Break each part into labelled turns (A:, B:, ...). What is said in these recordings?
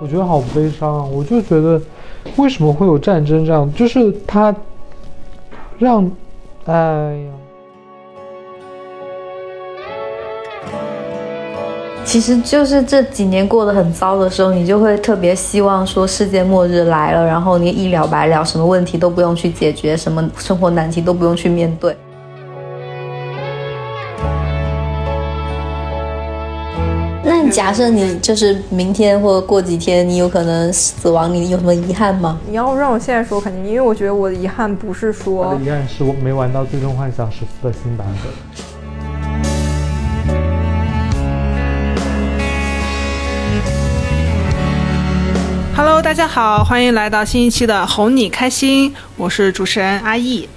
A: 我觉得好悲伤啊！我就觉得，为什么会有战争这样？就是他让，哎呀，
B: 其实就是这几年过得很糟的时候，你就会特别希望说世界末日来了，然后你一了百了，什么问题都不用去解决，什么生活难题都不用去面对。那假设你就是明天或过几天，你有可能死亡，你有什么遗憾吗？
C: 你要让我现在说，肯定，因为我觉得我的遗憾不是
A: 我
C: 说
A: 的遗憾是我没玩到《最终幻想十四》的新版本。
D: Hello，大家好，欢迎来到新一期的《哄你开心》，我是主持人阿易。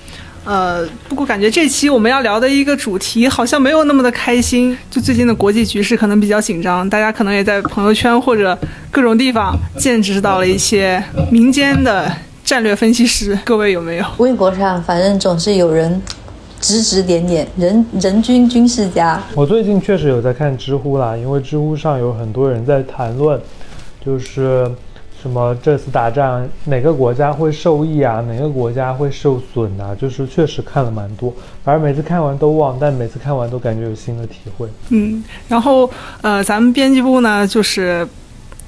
D: 呃，不过感觉这期我们要聊的一个主题好像没有那么的开心，就最近的国际局势可能比较紧张，大家可能也在朋友圈或者各种地方见识到了一些民间的战略分析师，各位有没有？
B: 微博上反正总是有人指指点点，人人均军事家。
A: 我最近确实有在看知乎啦，因为知乎上有很多人在谈论，就是什么这次打仗哪个国家会受益啊，哪个国家会受损啊，就是确实看了蛮多，反正每次看完都忘，但每次看完都感觉有新的体会。
D: 嗯，然后呃，咱们编辑部呢，就是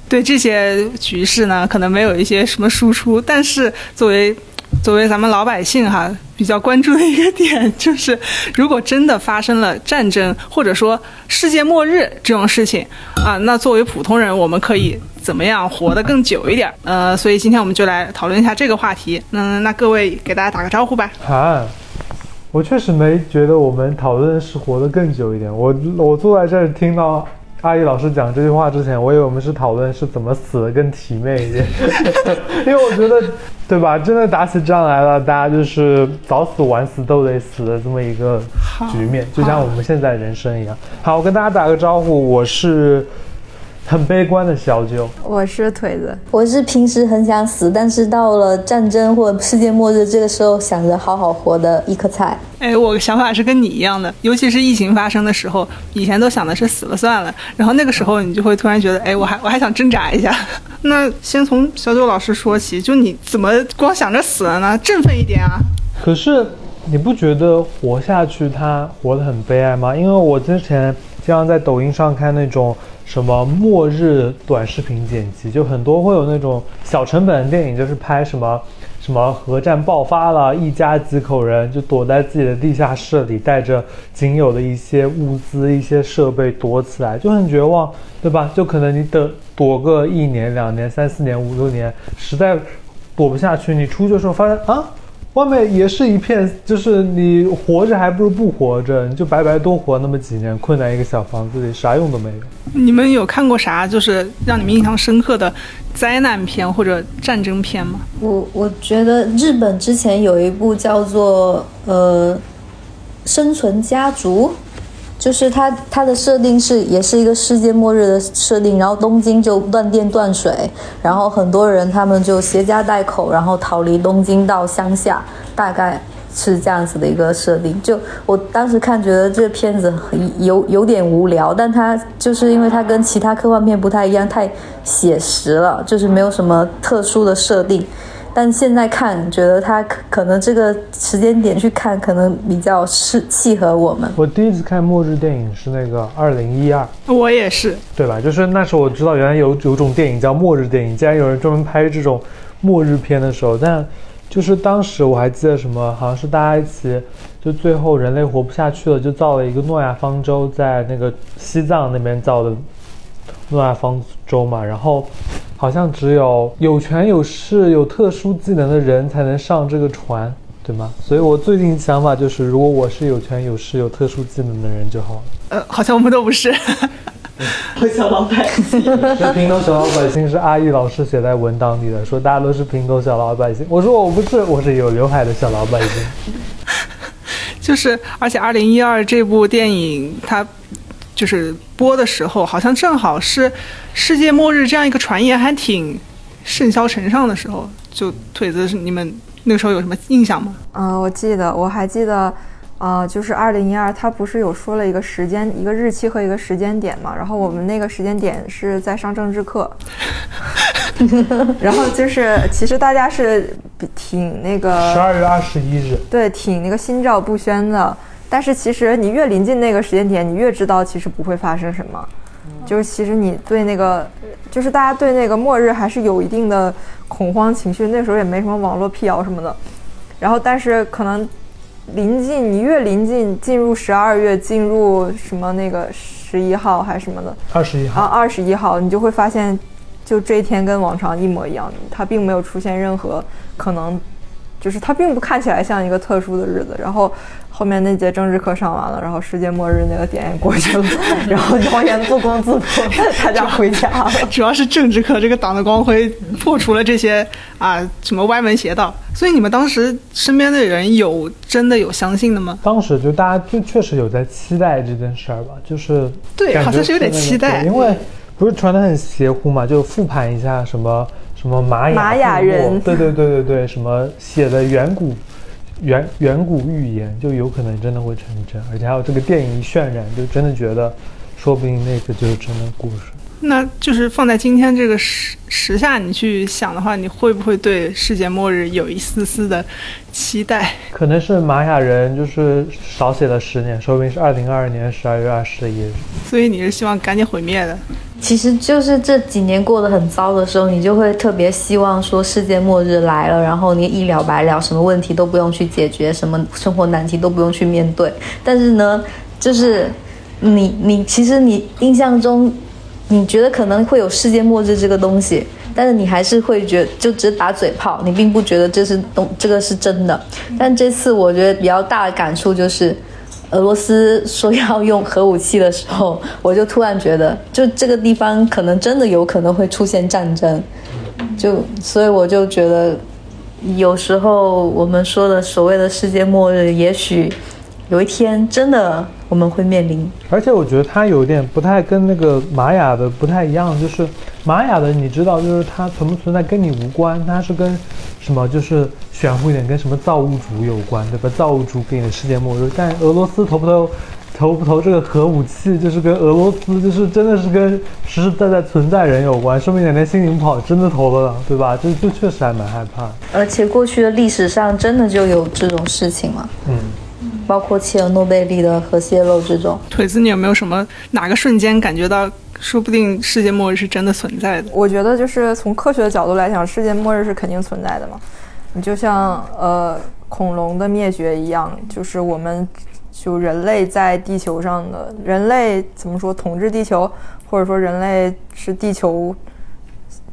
D: 对这些局势呢，可能没有一些什么输出，但是作为作为咱们老百姓哈，比较关注的一个点就是，如果真的发生了战争，或者说世界末日这种事情啊，那作为普通人，我们可以怎么样活得更久一点？呃，所以今天我们就来讨论一下这个话题。嗯，那各位给大家打个招呼吧。
A: 啊，我确实没觉得我们讨论是活得更久一点。我我坐在这儿听到阿姨老师讲这句话之前，我以为我们是讨论是怎么死的更体面一点，因为我觉得，对吧？真的打起仗来了，大家就是早死晚死都得死的这么一个局面，就像我们现在人生一样。好，我跟大家打个招呼，我是很悲观的小九。
C: 我是腿子，
B: 我是平时很想死，但是到了战争或世界末日这个时候，想着好好活的一颗菜。
D: 哎，我想法是跟你一样的，尤其是疫情发生的时候，以前都想的是死了算了，然后那个时候你就会突然觉得，哎，我还我还想挣扎一下。 那先从小九老师说起，就你怎么光想着死了呢？振奋一点啊！
A: 可是你不觉得活下去他活得很悲哀吗？因为我之前经常在抖音上看那种什么末日短视频剪辑，就很多会有那种小成本的电影，就是拍什么什么核战爆发了，一家几口人就躲在自己的地下室里，带着仅有的一些物资、一些设备躲起来，就很绝望，对吧？就可能你等躲个一年、两年、三四年、五六年，实在躲不下去，你出去的时候发现啊。外面也是一片，就是你活着还不如不活着，你就白白多活那么几年，困在一个小房子里，啥用都没有。
D: 你们有看过啥就是让你们印象深刻的灾难片或者战争片吗？
B: 我我觉得日本之前有一部叫做呃《生存家族》，就是它它的设定是也是一个世界末日的设定，然后东京就断电断水，然后很多人他们就携家带口，然后逃离东京到乡下，大概是这样子的一个设定。就我当时看觉得这片子很有有点无聊，但它就是因为它跟其他科幻片不太一样，太写实了，就是没有什么特殊的设定。但现在看，觉得它可可能这个时间点去看，可能比较适契合我们。
A: 我第一次看末日电影是那个二零一二，
D: 我也是，
A: 对吧？就是那时候我知道原来有有种电影叫末日电影，竟然有人专门拍这种末日片的时候，但就是当时我还记得什么，好像是大家一起，就最后人类活不下去了，就造了一个诺亚方舟，在那个西藏那边造的诺亚方舟嘛，然后好像只有有权有势有特殊技能的人才能上这个船。对吗？所以我最近想法就是，如果我是有权有势有特殊技能的人就好了。
D: 呃，好像我们都不是。
A: 这平头小老百姓是阿易老师写在文档里的，说大家都是平头小老百姓。我说我不是，我是有刘海的小老百姓。
D: 就是，而且二零一二这部电影它就是播的时候，好像正好是世界末日这样一个传言还挺盛嚣尘上的时候。就腿子，你们那个时候有什么印象吗？
C: 嗯、我记得，我还记得，呃，就是二零一二，它不是有说了一个时间、一个日期和一个时间点嘛？然后我们那个时间点是在上政治课，然后就是其实大家是比挺那个
D: 呃
A: 十二月二十一日，
C: 对，挺那个心照不宣的。但是其实你越临近那个时间点，你越知道其实不会发生什么。就是其实你对那个，就是大家对那个末日还是有一定的恐慌情绪。那时候也没什么网络辟谣什么的。然后，但是可能临近你越临近进入十二月，进入什么那个十一号还是什么的
A: 二十一号
C: 啊，二十一号，你就会发现，就这一天跟往常一模一样，它并没有出现任何可能就是它并不看起来像一个特殊的日子。然后后面那节政治课上完了，然后世界末日那个点也过去了， 然后谣言自攻自破， 大家回家了。
D: 主要是政治课这个党的光辉破除了这些啊什么歪门邪道。所以你们当时身边的人有真的有相信的吗？
A: 当时就大家就确实有在期待这件事儿吧，就是
D: 对
A: 感觉
D: 好像是有点
A: 那个
D: 期待
A: 对因为不是传的很邪乎嘛，就复盘一下什么什么玛雅
C: 玛雅
A: 部落
C: 人
A: 对对对对对，什么写的远古远远古预言，就有可能真的会成真，而且还有这个电影一渲染，就真的觉得说不定那个就是真的故事。
D: 那就是放在今天这个时时下，你去想的话，你会不会对世界末日有一丝丝的期待？
A: 可能是玛雅人就是少写了十年，说不定是二零二二年十二月二十一日。
D: 所以你是希望赶紧毁灭的？
B: 其实就是这几年过得很糟的时候，你就会特别希望说世界末日来了，然后你一了百了，什么问题都不用去解决，什么生活难题都不用去面对。但是呢，就是你你其实你印象中，你觉得可能会有世界末日这个东西，但是你还是会觉就只打嘴炮，你并不觉得这是东这个是真的。但这次我觉得比较大的感触就是，俄罗斯说要用核武器的时候，我就突然觉得，就这个地方可能真的有可能会出现战争，就所以我就觉得，有时候我们说的所谓的世界末日，也许有一天真的我们会面临。
A: 而且我觉得它有点不太跟那个玛雅的不太一样，就是玛雅的你知道，就是它存不存在跟你无关，它是跟什么就是玄乎一点，跟什么造物主有关，对吧？造物主给你的世界末日，但俄罗斯投不投投不投这个核武器，就是跟俄罗斯就是真的是跟实实在在存在人有关，说明哪天心情不好真的投了，对吧？这这确实还蛮害怕的，
B: 而且过去的历史上真的就有这种事情嘛，
A: 嗯。
B: 包括切尔诺贝利的核泄漏这种。
D: 腿子，你有没有什么哪个瞬间感觉到，说不定世界末日是真的存在的？
C: 我觉得就是从科学的角度来讲，世界末日是肯定存在的嘛。你就像呃恐龙的灭绝一样，就是我们就人类在地球上的人类怎么说统治地球，或者说人类是地球，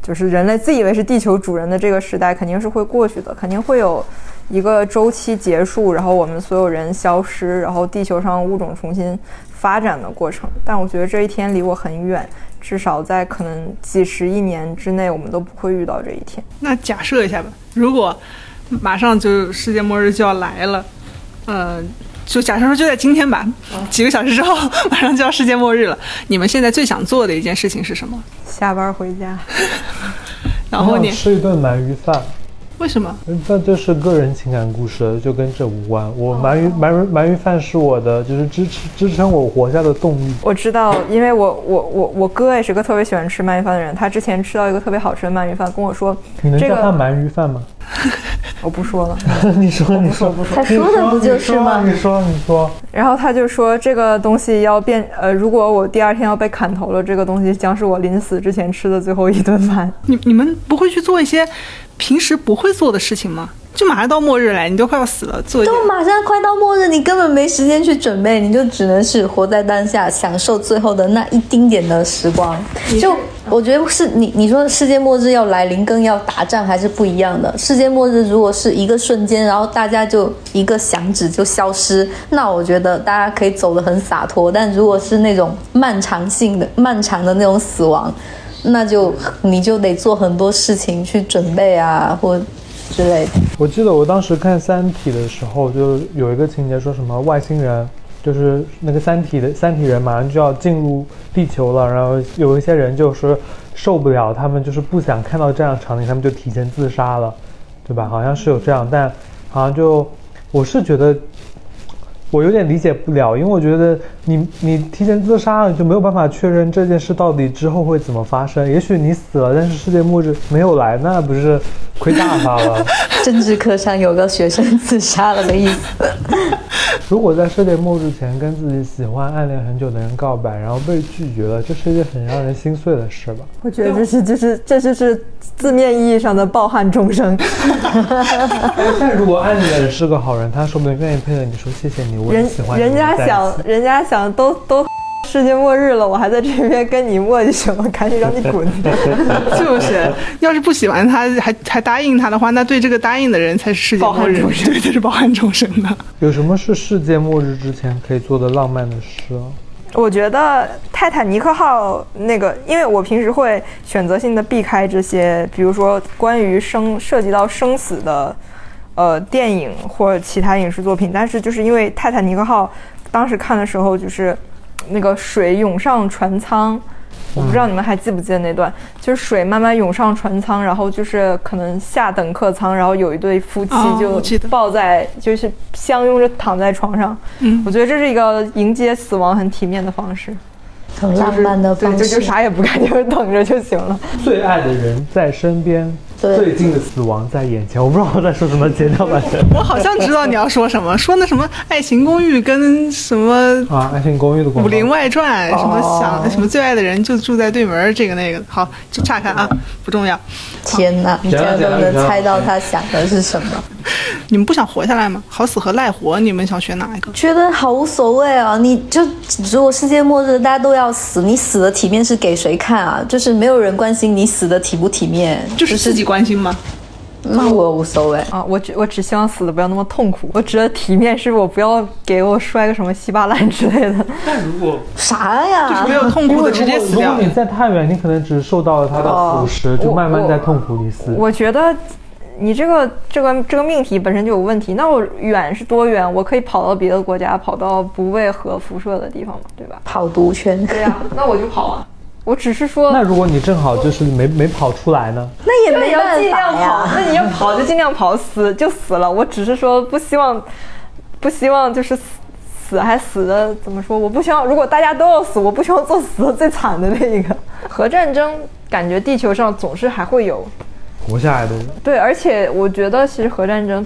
C: 就是人类自以为是地球主人的这个时代，肯定是会过去的，肯定会有一个周期结束，然后我们所有人消失，然后地球上物种重新发展的过程。但我觉得这一天离我很远，至少在可能几十亿年之内，我们都不会遇到这一天。
D: 那假设一下吧，如果马上就世界末日就要来了，呃，就假设说就在今天吧，几个小时之后 马上就要世界末日了，你们现在最想做的一件事情是什么？
C: 下班回家，
D: 然后你
A: 我想哦吃一顿鳗鱼饭，
D: 为什么？
A: 嗯那这是个人情感故事，就跟这无关。我鳗
B: 哦
A: 鱼鳗鱼鳗鱼饭是我的，就是支持支撑我活下的动力。
C: 我知道，因为我我我我哥也是个特别喜欢吃鳗鱼饭的人，他之前吃到一个特别好吃的鳗鱼饭，跟我说
A: 你能
C: 这
A: 叫它
C: 个
A: 鳗鱼饭吗？
C: 我不说了。
A: 你说，你说，
B: 他
A: 你
B: 说的不就是吗
A: 你？说，你说，
C: 然后他就说这个东西要变，呃，如果我第二天要被砍头了，这个东西将是我临死之前吃的最后一顿饭。
D: 你你们不会去做一些平时不会做的事情吗？就马上到末日来，你都快要死了，做一
B: 都
D: 点
B: 马上快到末日，你根本没时间去准备，你就只能是活在当下，享受最后的那一丁点的时光。就我觉得是你你说世界末日要来临跟要打仗还是不一样的。世界末日如果是一个瞬间，然后大家就一个响指就消失，那我觉得大家可以走得很洒脱。但如果是那种漫长性的、漫长的那种死亡，那就你就得做很多事情去准备啊，或之类的。
A: 我记得我当时看《三体》的时候，就有一个情节说什么外星人，就是那个三体的三体人马上就要进入地球了，然后有一些人就是受不了，他们就是不想看到这样的场景，他们就提前自杀了，对吧？好像是有这样，但好像就我是觉得我有点理解不了，因为我觉得你你提前自杀了，你就没有办法确认这件事到底之后会怎么发生。也许你死了，但是世界末日没有来，那不是亏大发了。
B: 政治课上有个学生自杀了的意思。
A: 如果在世界末日前跟自己喜欢、暗恋很久的人告白，然后被拒绝了，这是一件很让人心碎的事吧？
C: 我觉得这是就是这就是字面意义上的抱憾终 生。
A: 哎但如果暗恋的人是个好人，他说不定愿意配合你说谢谢你，我也
C: 人
A: 喜欢你。
C: 人家
A: 我们在一起
C: 想，人家想都都世界末日了，我还在这边跟你磨叽什么？赶紧让你 滚！
D: 就是，要是不喜欢他，还还答应他的话，那对这个答应的人才是世界
C: 抱憾
D: 末日
C: 终，生
D: 对，才是抱憾终生的。
A: 有什么是世界末日之前可以做的浪漫的事啊？
C: 我觉得泰坦尼克号那个，因为我平时会选择性的避开这些，比如说关于生涉及到生死的，呃，电影或其他影视作品。但是就是因为泰坦尼克号，当时看的时候就是那个水涌上船舱，我不知道你们还记不记得那段，就是水慢慢涌上船舱，然后就是可能下等客舱，然后有一对夫妻
D: 哦我记
C: 就
D: 得
C: 抱在，就是相拥着躺在床上。
D: 嗯
C: 我觉得这是一个迎接死亡很体面的方式，
B: 很浪漫的方
C: 就
B: 式，
C: 是对，就就啥也不干， 就是等着就行了。
A: 最爱的人在身边，
B: 对
A: 最近的死亡在眼前。我不知道我在说什么，剪掉吧。
D: 我好像知道你要说什么，说那什么《爱情公寓》跟什么《
A: 啊，《爱情公寓》的广
D: 武林
A: 告。
D: 外传》，什么想、
C: 哦
D: 什么最爱的人就住在对门儿，这个那个，好，就岔开啊，不重要。
B: 天哪，你竟然都能猜到他想的是什么？
D: 你们不想活下来吗？好死和赖活，你们想选哪一个？
B: 觉得好无所谓啊！你就如果世界末日大家都要死，你死的体面是给谁看啊？就是没有人关心你死的体不体面，
D: 就是自己关心吗？
B: 那我无所谓。
C: 啊，我只我只希望死的不要那么痛苦，我指的体面是我不要给我摔个什么稀巴烂之类的。
A: 但如果
B: 啥
D: 就是
B: 呀
D: 没？有痛苦的直接死
A: 如
D: 掉
A: 果。你在太远，你可能只受到了他的
C: 哦
A: 腐蚀，就
C: 我
A: 慢慢
C: 我
A: 在痛苦里死。
C: 我觉得你这个这个这个命题本身就有问题。那我远是多远？我可以跑到别的国家，跑到不为核辐射的地方嘛，对吧？
B: 跑毒圈，
C: 对呀、那我就跑啊。我只是说，
A: 那如果你正好就是没没跑出来呢？
B: 那也
C: 那你
B: 没
C: 要
B: 办
C: 尽量
B: 法
C: 跑，
B: 呀。
C: 那你要跑就尽量跑，死就死了。我只是说不希望，不希望就是死死还死的怎么说？我不希望，如果大家都要死，我不希望做死的最惨的那一个。核战争感觉地球上总是还会有，
A: 活下来的人，
C: 对，而且我觉得其实核战争，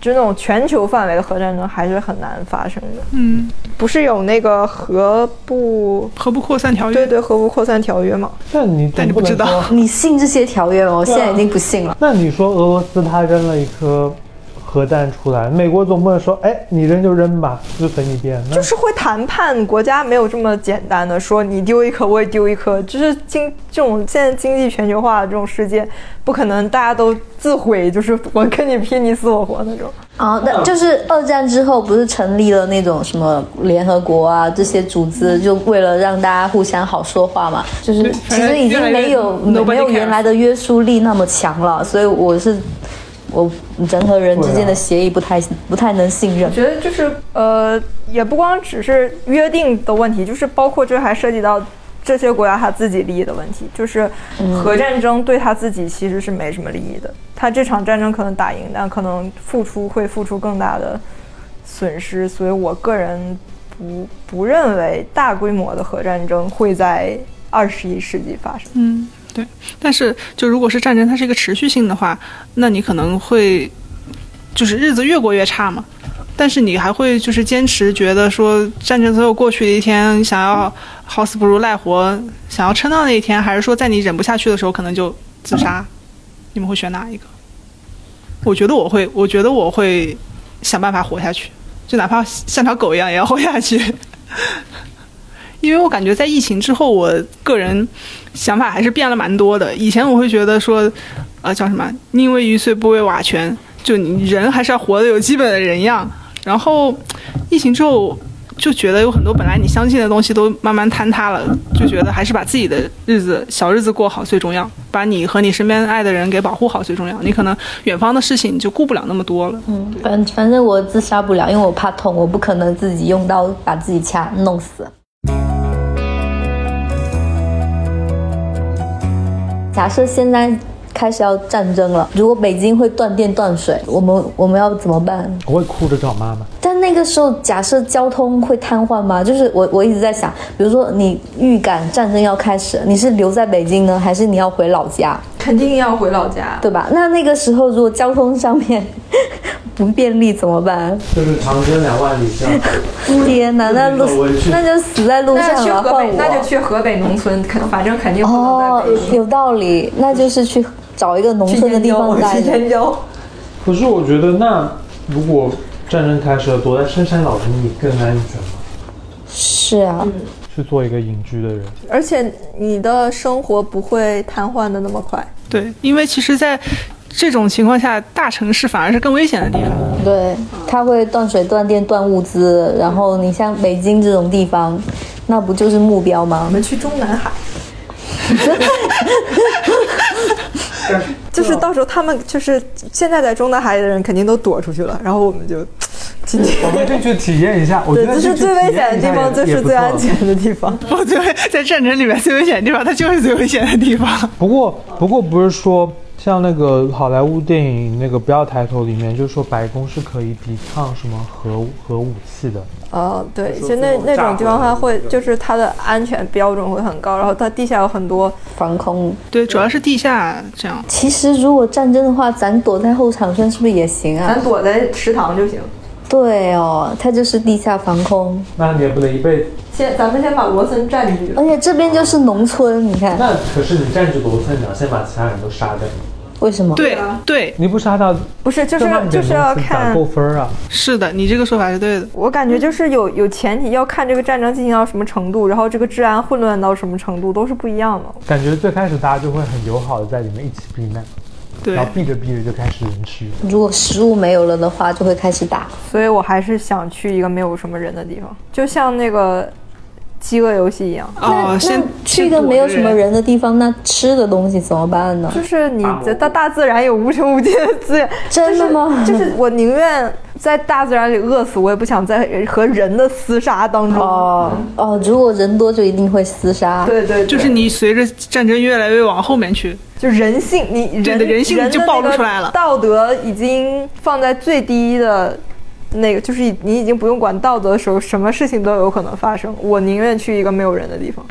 C: 就那种全球范围的核战争还是很难发生的。
D: 嗯，
C: 不是有那个核不？
D: 核不扩散条
C: 对
D: 约，
C: 对，核不扩散条约嘛。
A: 但你
D: 但你不
A: 能
D: 知道
A: 说
B: 你信这些条约吗？我现在已经不信了。
A: 那你说俄罗斯他扔了一颗核弹出来，美国总不能说，哎，你扔就扔吧，就随你便。那
C: 就是会谈判，国家没有这么简单的说你丢一颗我也丢一颗，就是经这种现在经济全球化的这种世界，不可能大家都自毁，就是我跟你拼你死我活那种。
B: 啊，那就是二战之后不是成立了那种什么联合国啊这些组织，就为了让大家互相好说话嘛。就是其实已经没有
D: 越来越
B: 没有
D: nobody cares
B: 原来的约束力那么强了，所以我是我人和人之间的协议不太不太能信任
C: 我。觉得就是呃，也不光只是约定的问题，就是包括这还涉及到这些国家他自己利益的问题，就是
B: 嗯
C: 核战争对他自己其实是没什么利益的。他这场战争可能打赢，但可能付出会付出更大的损失，所以我个人不不认为大规模的核战争会在二十一世纪发生。
D: 嗯，对。但是，就如果是战争，它是一个持续性的话，那你可能会就是日子越过越差嘛。但是你还会就是坚持觉得说战争总有过去的一天，你想要好死不如赖活，想要撑到那一天，还是说在你忍不下去的时候可能就自杀？你们会选哪一个？我觉得我会，我觉得我会想办法活下去，就哪怕像条狗一样也要活下去。因为我感觉在疫情之后，我个人想法还是变了蛮多的。以前我会觉得说，呃，叫什么“宁为玉碎，不为瓦全”，就你人还是要活得有基本的人样。然后疫情之后，就觉得有很多本来你相信的东西都慢慢坍塌了，就觉得还是把自己的日子、小日子过好最重要，把你和你身边爱的人给保护好最重要。你可能远方的事情你就顾不了那么多了。
B: 反反正我自杀不了，因为我怕痛，我不可能自己用刀把自己掐弄死。假设现在开始要战争了，如果北京会断电断水，我们我们要怎么办？
A: 我会哭着找妈妈。
B: 但那个时候假设交通会瘫痪吗？就是我我一直在想，比如说你预感战争要开始，你是留在北京呢，还是你要回老家，
C: 肯定要回老家。
B: 对吧？那那个时候如果交通上面 不便利怎么办？
A: 就是长征两万里这样。
B: 天哪，那路
A: 那我去
B: 那就死在路
C: 那
B: 上
C: 去
B: 了，
C: 河
B: 换
C: 北，
B: 我。
C: 那就去河北农村，肯反正肯定不能
B: 哦
C: 在北京。，
B: 有道理，那就是去找一个农村的地方待
C: 去
B: 着。
C: 燕郊。
A: 可是我觉得，那如果战争开始了，躲在深山老林里更安全吗？
B: 是啊，
A: 去做一个隐居的人，
C: 而且你的生活不会瘫痪的那么快。
D: 对，因为其实，在这种情况下，大城市反而是更危险的地方。
B: 对，它会断水、断电、断物资，然后你像北京这种地方，那不就是目标吗
C: 我？们去中南 海。就是到时候他们就是现在在中南海的人肯定都躲出去了，然后我们就进去。
A: 我们 可以去体验一下。我觉
C: 对，这
A: 得
C: 是
A: 去体
C: 最
A: 验
C: 危
A: 一下
C: 险的地方，
A: 也
C: 这是最安。
A: 也不错
C: 全的地方。
D: 不对，在战争里面最危险的地方， 它就是最危险的地方。
A: 不过，不过不是说像那个好莱坞电影那个《不要抬头》里面，就是说白宫是可以抵抗什么核核武器的。
C: 哦，对，
A: 说
C: 就那
A: 最后
C: 那
A: 炸
C: 种地方，
A: 回来
C: 它
A: 的
C: 会
A: 那个
C: 就是它的安全标准会很高，然后它地下有很多
B: 防空。
D: 对，哦主要是地下这样。
B: 其实如果战争的话，咱躲在后场村是不是也行啊？
C: 咱躲在食堂就行。
B: 对哦，它就是地下防空，
A: 那你也不能一辈子。
C: 先，咱们先把罗森占据了。
B: 而且这边就是农村，你看
A: 那可是你占据罗森，你要先把其他人都杀掉。
B: 为什么？
D: 对啊对，
A: 你不杀掉，
C: 不是，就是
A: 在外面
C: 就是
A: 农
C: 要
A: 村
C: 看
A: 打够分儿啊。
D: 是的，你这个说法是对的。
C: 我感觉
B: 嗯
C: 就是有有前提，要看这个战争进行到什么程度，然后这个治安混乱到什么程度，都是不一样的。
A: 感觉最开始大家就会很友好的在里面一起避难，
D: 对
A: 然，后避着避着就开始人吃人。
B: 如果食物没有了的话，就会开始打。
C: 所以我还是想去一个没有什么人的地方，就像那个《饥饿游戏》一样，
D: 哦，
B: 那
D: 先
B: 那去一个没有什么。
D: 先躲着
B: 人的地方，那吃的东西怎么办呢？
C: 就是你在大大自然有无穷无尽的资源，
B: 真的吗
C: 就是 就是我宁愿在大自然里饿死，我也不想在和人的厮杀当中。
B: 哦哦，如果人多就一定会厮杀。
C: 对对，对
D: 就是你随着战争越来越往后面去，
C: 就人性，你
D: 对
C: 人
D: 的人性就
C: 的
D: 暴露
C: 那个
D: 出来了
C: 道德已经放在最低的那个，就是你已经不用管道德的时候，什么事情都有可能发生。我宁愿去一个没有人的地方，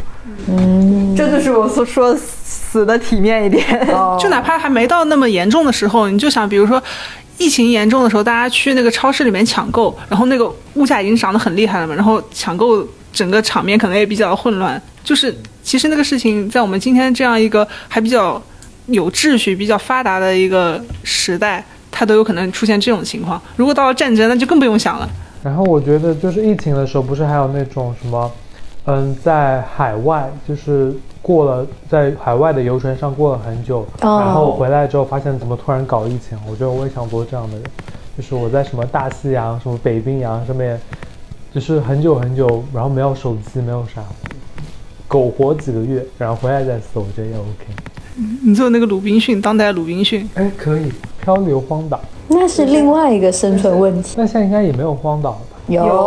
C: 嗯，这就是我所说死的体面一点。
B: 哦
D: 就哪怕还没到那么严重的时候，你就想，比如说疫情严重的时候，大家去那个超市里面抢购，然后那个物价已经涨得很厉害了嘛，然后抢购整个场面可能也比较混乱。就是其实那个事情在我们今天这样一个还比较有秩序、比较发达的一个时代，它都有可能出现这种情况。如果到了战争，那就更不用想了。
A: 然后我觉得就是疫情的时候，不是还有那种什么，嗯，在海外就是过了在海外的游船上过了很久，
B: 哦
A: 然后回来之后发现怎么突然搞疫情，我觉得我也想做这样的人，就是我在什么大西洋、什么北冰洋上面，就是很久很久，然后没有手机，没有啥，苟活几个月，然后回来再死，我觉得也 OK。
D: 你做那个鲁滨逊，当代鲁滨逊，
A: 哎，可以漂流荒岛，
B: 那是另外一个生存问题。
A: 那现在应该也没有荒岛了吧？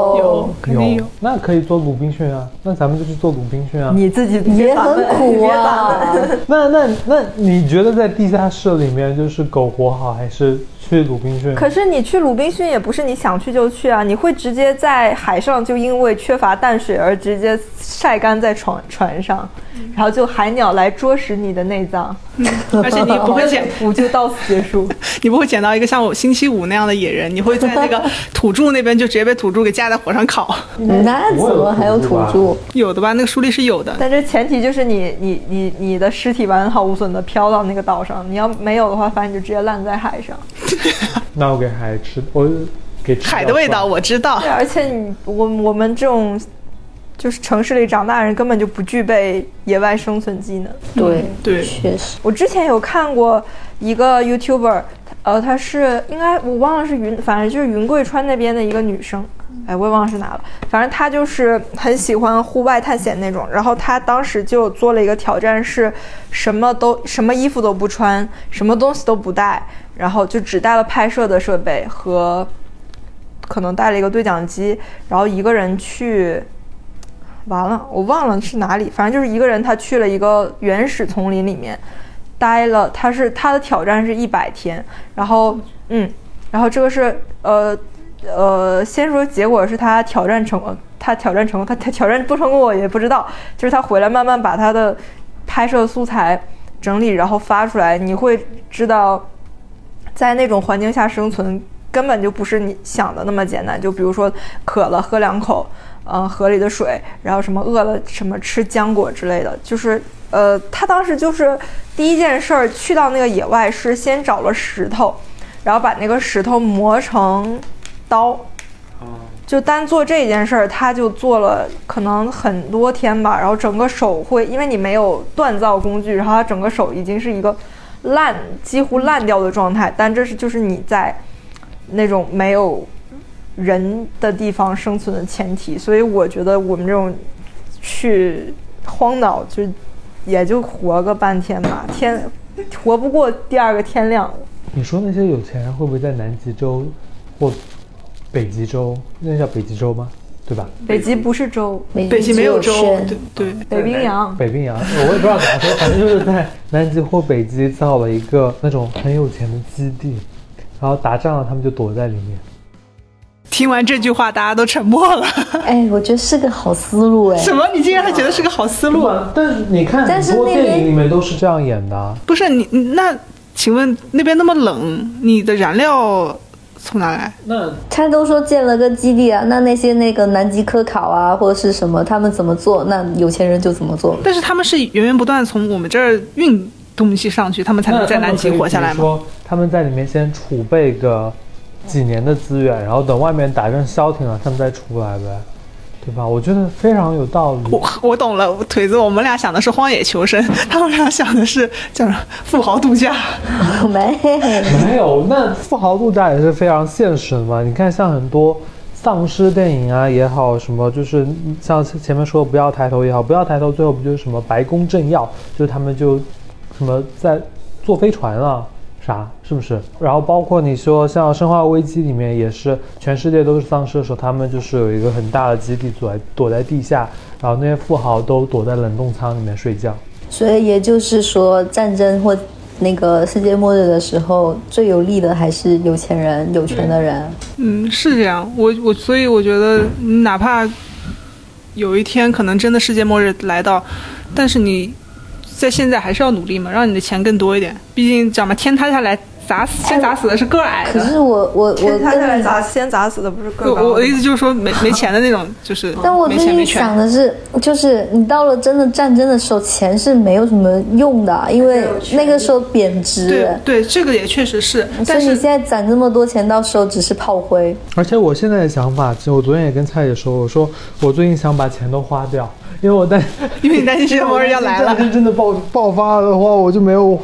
B: 有
D: 肯定有。
A: 那可以做鲁滨逊啊，那咱们就去做鲁滨逊
D: 嗯
A: 啊。
C: 你自己
B: 也
C: 别咱
B: 很
C: 们
B: 苦
C: 别咱们
B: 啊。
A: 那那那你觉得在地下室里面就是苟活好，还是去鲁滨逊？
C: 可是你去鲁滨逊也不是你想去就去啊，你会直接在海上就因为缺乏淡水而直接晒干在船船上，然后就海鸟来啄食你的内脏，
D: 而且你 不会捡，
C: 我哦就到此结束。
D: 你不会捡到一个像我星期五那样的野人，你会在那 个土著那边就直接被土著给架在火上烤。
B: 那怎么还有土著？
D: 有的吧？那个书里是有的。
C: 但这前提就是你你你你的尸体完好无损的飘到那个岛上，你要没有的话，反正你就直接烂在海上。
A: 那我给海吃，我给吃
D: 海的味道
A: 掉吧。
D: 我知道
C: 对，，而且你我我们这种就是城市里长大的人根本就不具备野外生存技能。
B: 对，
D: 对
B: 确实。
C: 我之前有看过一个 YouTuber，呃，她是应该我忘了是云，反正就是云贵川那边的一个女生，哎，我也忘了是哪了。反正她就是很喜欢户外探险那种。然后她当时就做了一个挑战，是什么都什么衣服都不穿，什么东西都不带，然后就只带了拍摄的设备和可能带了一个对讲机，然后一个人去。完了，我忘了是哪里，反正就是一个人，他去了一个原始丛林里面，待了，他是他的挑战是一百天，然后嗯，然后这个是呃呃，先说结果是他挑战成，呃他挑战成功，他他挑战不成功我也不知道，就是他回来慢慢把他的拍摄素材整理，然后发出来，你会知道，在那种环境下生存根本就不是你想的那么简单。就比如说渴了喝两口，嗯、河里的水，然后什么饿了什么吃浆果之类的，就是呃，他当时就是第一件事儿去到那个野外是先找了石头，然后把那个石头磨成刀，就单做这件事儿，他就做了可能很多天吧，然后整个手会，因为你没有锻造工具，然后他整个手已经是一个烂，几乎烂掉的状态。但这是就是你在那种没有人的地方生存的前提，所以我觉得我们这种去荒岛就也就活个半天吧，天活不过第二个天亮。
A: 你说那些有钱人会不会在南极洲或北极洲？那叫北极洲吗？对吧？
C: 北极不是洲，
D: 北极没有
B: 只
D: 洲，
B: 漩
D: 对对，
C: 北冰洋。
A: 北冰洋，我也不知道咋说，反正就是在南极或北极造了一个那种很有钱的基地，然后打仗了，他们就躲在里面。
D: 听完这句话，大家都沉默 了。
B: 哎，我觉得是个好思路哎。
D: 什么？你竟然还觉得是个好思路？
A: 但是你看
B: 但是
A: 很多
B: 那边
A: 电影里面都是这样演的啊，
D: 不是你那？请问那边那么冷，你的燃料从哪来？
A: 那
B: 他都说建了个基地啊，那那些那个南极科考啊或者是什么，他们怎么做，那有钱人就怎么做。
D: 但是他们是源源不断从我们这儿运东西上嗯去，他们才能在南极活下来吗？
A: 说他们在里面先储备个几年的资源，然后等外面打仗消停了，他们再出来呗，对吧？我觉得非常有道理。
D: 我我懂了，我腿子，我们俩想的是荒野求生，他们俩想的是叫什么富豪度假。
B: 没，
A: 没有，那富豪度假也是非常现实的嘛。你看，像很多丧尸电影啊也好，什么就是像前面说的不要抬头也好，不要抬头最后不就是什么白宫政要，就是他们就什么在坐飞船啊。啥是不是？然后包括你说像《生化危机》里面也是，全世界都是丧尸的时候，他们就是有一个很大的基地躲在躲在地下，然后那些富豪都躲在冷冻舱里面睡觉。
B: 所以也就是说，战争或那个世界末日的时候，最有利的还是有钱人、有权的人。
D: 嗯，是这样。我我所以我觉得，哪怕有一天可能真的世界末日来到，但是你在现在还是要努力嘛，让你的钱更多一点。毕竟讲嘛，天塌下来砸死先砸死的是个儿矮
B: 可
D: 的。
B: 是我我我
C: 天塌下
B: 跟
C: 来
B: 你，
C: 砸先砸死的不是个
D: 我
C: 儿高
D: 我的
C: 的
D: 意思就是说没没钱的那种，就是
B: 但我
D: 没
B: 最
D: 钱没
B: 近
D: 权
B: 想。的是，就是你到了真的战争的时候，钱是没有什么用的，因为那个时候贬值
D: 对。对，这个也确实是，
B: 所
D: 但
B: 以你
D: 是
B: 现在攒这么多钱，到时候只是炮灰。
A: 而且我现在的想法，其实我昨天也跟蔡姐说，我说我最近想把钱都花掉，因为我担
D: 因为你担心世界末日要来了
A: 要，是真的爆爆发了的话，我就没有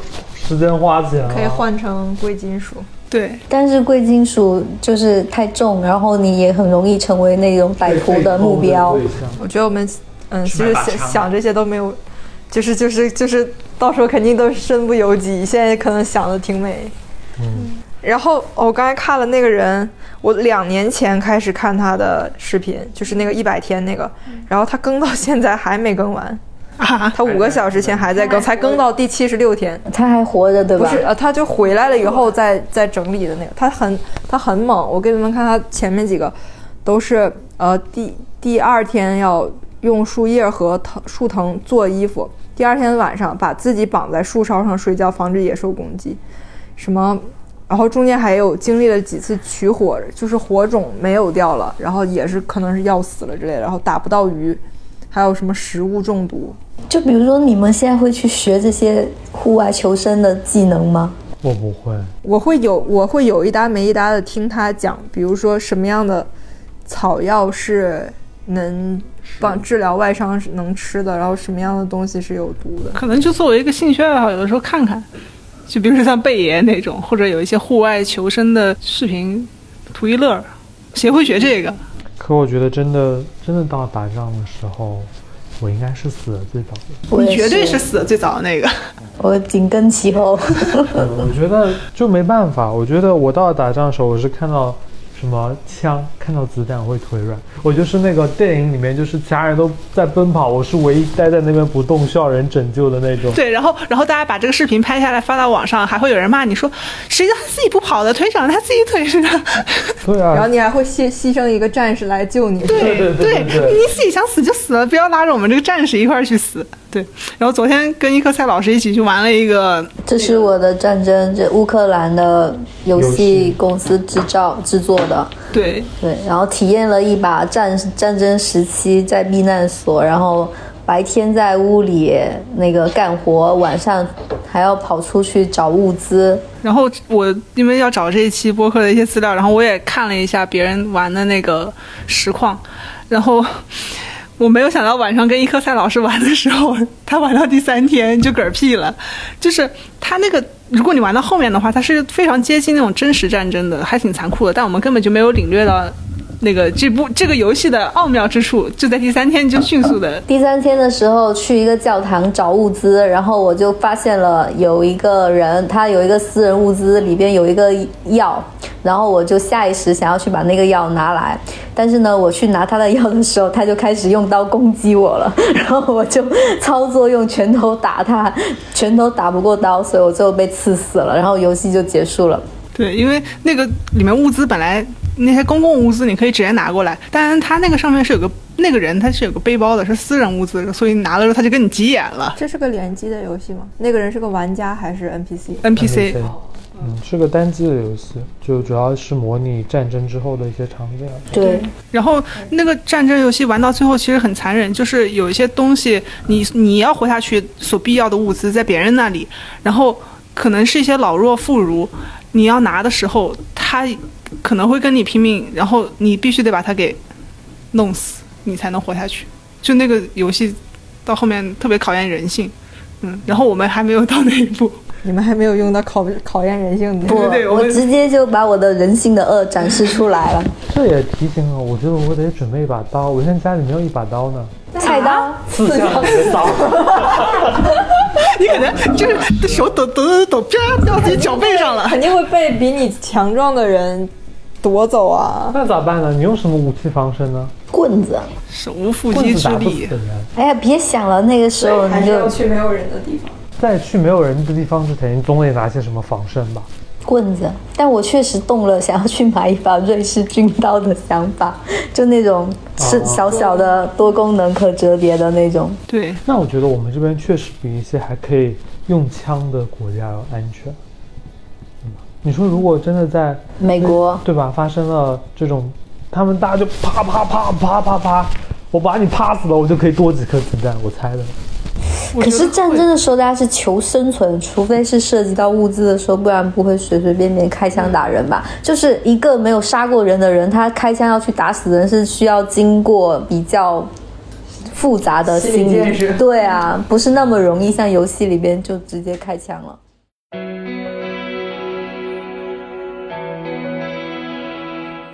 A: 时间花钱了。
C: 可以换成贵金属。
D: 对，
B: 但是贵金属就是太重，然后你也很容易成为那种摆脱的目标。
A: 对象
C: 我觉得我们，嗯，其实
E: 买把
C: 想
E: 枪
C: 想这些都没有，就是就是就是，到时候肯定都是身不由己。现在可能想的挺美。
A: 嗯，
C: 然后哦我刚才看了那个人，我两年前开始看他的视频，就是那个一百天那个，然后他更到现在还没更完，
D: 啊，
C: 他五个小时前还在更，才更到第七十六天。
B: 他还活着，对
C: 不
B: 吧？
C: 是，呃，他就回来了以后再再整理的那个，他很他很猛。我给你们看他前面几个，都是呃第第二天要用树叶和藤树藤做衣服，第二天晚上把自己绑在树梢上睡觉，防止野兽攻击。什么？然后中间还有经历了几次取火，就是火种没有掉了，然后也是可能是要死了之类的，然后打不到鱼，还有什么食物中毒，
B: 就比如说，你们现在会去学这些户外求生的技能吗？
A: 我不会，
C: 我会有我会有一搭没一搭的听他讲，比如说什么样的草药是能帮治疗外伤是能吃的，然后什么样的东西是有毒的。
D: 可能就作为一个兴趣爱好，有的时候看看，就比如说像贝爷那种，或者有一些户外求生的视频，图一乐儿。谁会学这个？
A: 可我觉得真的真的到打仗的时候，我应该是死的最早的。
B: 我
D: 你
B: 也
D: 绝对是，死的最早的那个。
B: 我紧跟其后。
A: 我觉得就没办法，我觉得我到打仗的时候，我是看到什么枪，看到子弹会腿软。我就是那个电影里面，就是其他人都在奔跑，我是唯一待在那边不动，需要人拯救的那种。
D: 对，然后然后大家把这个视频拍下来发到网上，还会有人骂你说，谁叫他自己不跑的，腿长在他自己腿上。
A: 对
C: 然后
A: 啊，
C: 你还会牺牺牲一个战士来救你，
A: 对对对对对
D: 你自己想死就死了，不要拉着我们这个战士一块儿去死。对，然后昨天跟伊克赛老师一起去玩了一个，
B: 这是我的战争，这乌克兰的游
A: 游戏
B: 戏公司制造制作的，
D: 对，
B: 对，然后体验了一把战战争时期在避难所，然后白天在屋里那个干活，晚上还要跑出去找物资。
D: 然后我因为要找这一期播客的一些资料，然后我也看了一下别人玩的那个实况，然后我没有想到晚上跟伊科赛老师玩的时候，他玩到第三天就嗝屁了，就是他那个。如果你玩到后面的话，它是非常接近那种真实战争的，还挺残酷的。但我们根本就没有领略到那个这部这个游戏的奥妙之处，就在第三天就迅速的
B: 第三天的时候去一个教堂找物资，然后我就发现了有一个人，他有一个私人物资里边有一个药，然后我就下意识想要去把那个药拿来，但是呢，我去拿他的药的时候，他就开始用刀攻击我了，然后我就操作用拳头打他，拳头打不过刀，所以我最后被刺死了，然后游戏就结束了。
D: 对，因为那个里面物资本来那些公共物资你可以直接拿过来，但他那个上面是有个那个人他是有个背包的，是私人物资，所以你拿了之后他就跟你急眼了。
C: 这是个联机的游戏吗？那个人是个玩家还是 NPC？
D: NPC，
A: 嗯，是个单机的游戏，就主要是模拟战争之后的一些场景。
B: 对，
D: 然后那个战争游戏玩到最后其实很残忍，就是有一些东西你你要活下去所必要的物资在别人那里，然后可能是一些老弱妇孺，你要拿的时候他可能会跟你拼命，然后你必须得把他给弄死，你才能活下去。就那个游戏到后面特别考验人性，嗯，然后我们还没有到那一步。
C: 你们还没有用到考考验人性的
B: 不，
D: 对我
B: 我
D: 们
B: 直接就把我的人性的恶展示出来 了，
A: 这也提醒了，我觉得我得准备一把刀，我现在家里没有一把刀呢。
B: 菜刀。
A: 刺向 你的刀，
D: 你可能就是手抖抖抖抖，啪掉自己脚背上了。
C: 肯定会被比你强壮的人夺走啊！
A: 那咋办呢？你用什么武器防身呢？
B: 棍子，
D: 手无缚
A: 棍
D: 鸡
A: 子
D: 之
A: 打不死
D: 力
A: 的。人。
B: 哎呀，别想了，那个时候你就
C: 去没有人的地方。
A: 在去没有人的地方之前，你总得拿些什么防身吧？
B: 棍子，但我确实动了想要去买一把瑞士军刀的想法，就那种是
A: 哦
B: 小小的多功能可折叠的那种。
D: 对，
A: 那我觉得我们这边确实比一些还可以用枪的国家要安全，嗯你说如果真的在
B: 美国
A: 对吧？发生了这种，他们大家就啪啪啪啪啪啪，我把你啪死了，我就可以多几颗子弹，我猜的。
B: 可是战争的时候，大家是求生存，除非是涉及到物资的时候，不然不会随随便便开枪打人吧？就是一个没有杀过人的人，他开枪要去打死人，是需要经过比较复杂的
C: 心
B: 心
C: 理建设
B: 对啊，不是那么容易像游戏里边就直接开枪了。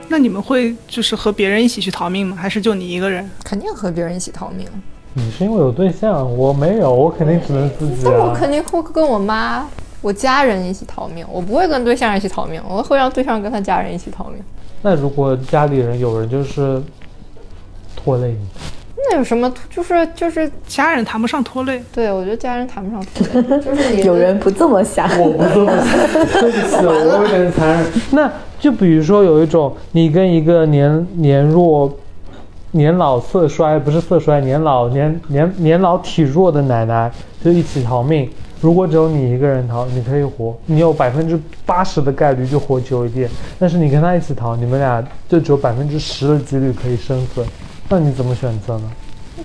D: 那你们会就是和别人一起去逃命吗？还是就你一个人？
C: 肯定和别人一起逃命，
A: 你是因为有对象，我没有，我肯定只能自己
C: 但我
A: 啊。
C: 肯定会跟我妈、我家人一起逃命，我不会跟对象一起逃命，我会让对象跟他家人一起逃命。
A: 那如果家里人有人就是拖累你，
C: 那有什么？就是就是，
D: 家人谈不上拖累，
C: 对我觉得家人谈不上拖 累，就是
B: 有人不这么想，
A: 我不这么想，对不起，我有点残忍。那就比如说有一种，你跟一个年年弱、年老色衰，不是色衰，年老年年年老体弱的奶奶就一起逃命。如果只有你一个人逃，你可以活，你有百分之八十的概率就活久一点。但是你跟他一起逃，你们俩就只有百分之十的几率可以生存，那你怎么选择呢？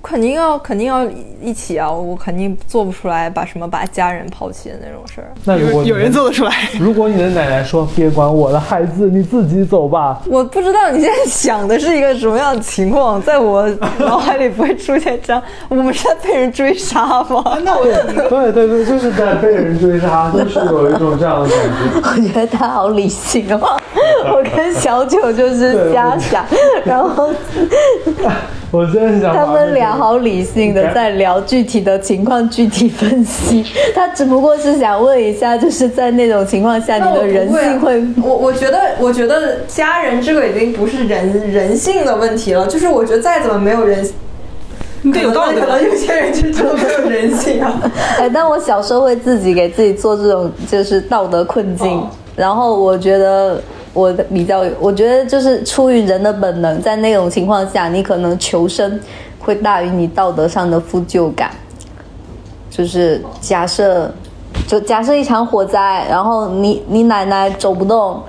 C: 肯定要肯定要一起啊！我肯定做不出来把什么把家人抛弃的那种事儿。
A: 那
B: 哎
A: 如果
D: 有
A: 你
D: 有人
A: 的，
D: 做得出 来。
A: 如果你的奶奶说别管我了，孩子，你自己走吧，
C: 我不知道你现在想的是一个什么样的情况，在我脑海里不会出现这样，我们是在被人追杀吗？
D: 那我
A: 对对对，就是在被人追杀，就是有一种这样的感觉。
B: 我觉得他好理性 哦。我跟小九就是瞎想，然后
A: 我现在想
B: 他
A: 把那
B: 们
A: 个
B: 俩好理性的在聊具体的情况，具体分 析。他只不过是想问一下，就是在那种情况下，你
C: 那我
B: 的人
C: 不啊
B: 性 会
C: 我我觉得，我觉得家人这个已经不是人人性的问题了，就是我觉得再怎么没有人，
D: 你得有道德
C: 可。能有些人就真的没有人性啊。
B: 哎，但我小时候会自己给自己做这种就是道德困境，
C: 哦
B: 然后我觉得我的比较，我觉得就是出于人的本能，在那种情况下，你可能求生会大于你道德上的负疚感。就是假设，就假设一场火灾，然后你你奶奶走不动，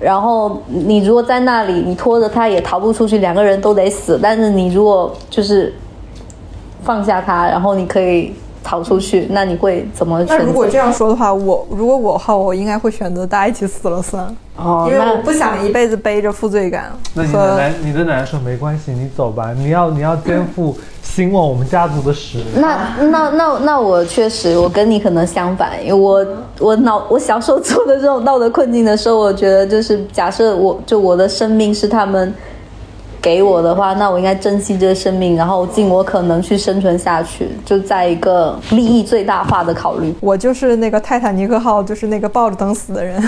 B: 然后你如果在那里，你拖着她也逃不出去，两个人都得死。但是你如果就是放下她，然后你可以逃出去，那你会怎么选
C: 那
B: 择？
C: 如果这样说的话，我如果我的话，我应该会选择大家一起死了算，
B: 哦，
C: 因为
B: 那
C: 我不想一辈子背着负罪感
A: 那你奶
C: 和
A: 奶，你的奶奶说没关系，你走吧，你要你要肩负 兴旺我们家族的使命。
B: 那那那那我确实，我跟你可能相反，因为我我脑我小时候做的这种道德困境的时候，我觉得就是假设我就我的生命是他们给我的话，那我应该珍惜这个生命，然后尽我可能去生存下去，就在一个利益最大化的考虑。
C: 我就是那个泰坦尼克号，就是那个抱着等死的人。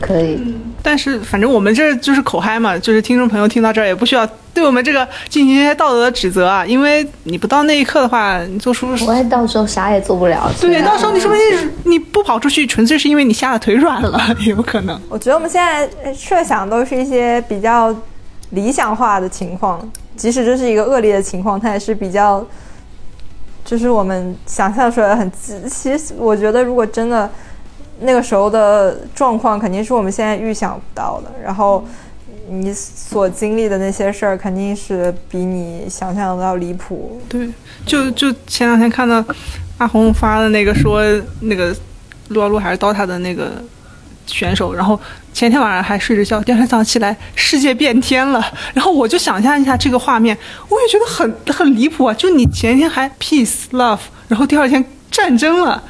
B: 可以，
D: 但是反正我们这儿就是口嗨嘛，就是听众朋友听到这儿也不需要对我们这个进行一些道德的指责啊，因为你不到那一刻的话，你做出
B: 我也到时候啥也做不了。
D: 对，到时候你说不定你不跑出去，纯粹是因为你吓得腿软了， 也有可能。
C: 我觉得我们现在呃设想都是一些比较理想化的情况，即使这是一个恶劣的情况，它也是比较，就是我们想象出来的很。其其实我觉得，如果真的那个时候的状况，肯定是我们现在预想不到的。然后你所经历的那些事儿，肯定是比你想象的要离谱。
D: 对，就就前两天看到阿红发的那个说那个撸啊撸还是 DOTA 的那个选手，然后前天晚上还睡着觉，第二天早上起来世界变天了，然后我就想象一下这个画面，我也觉得很很离谱啊！就你前天还 peace love，然后第二天战争了，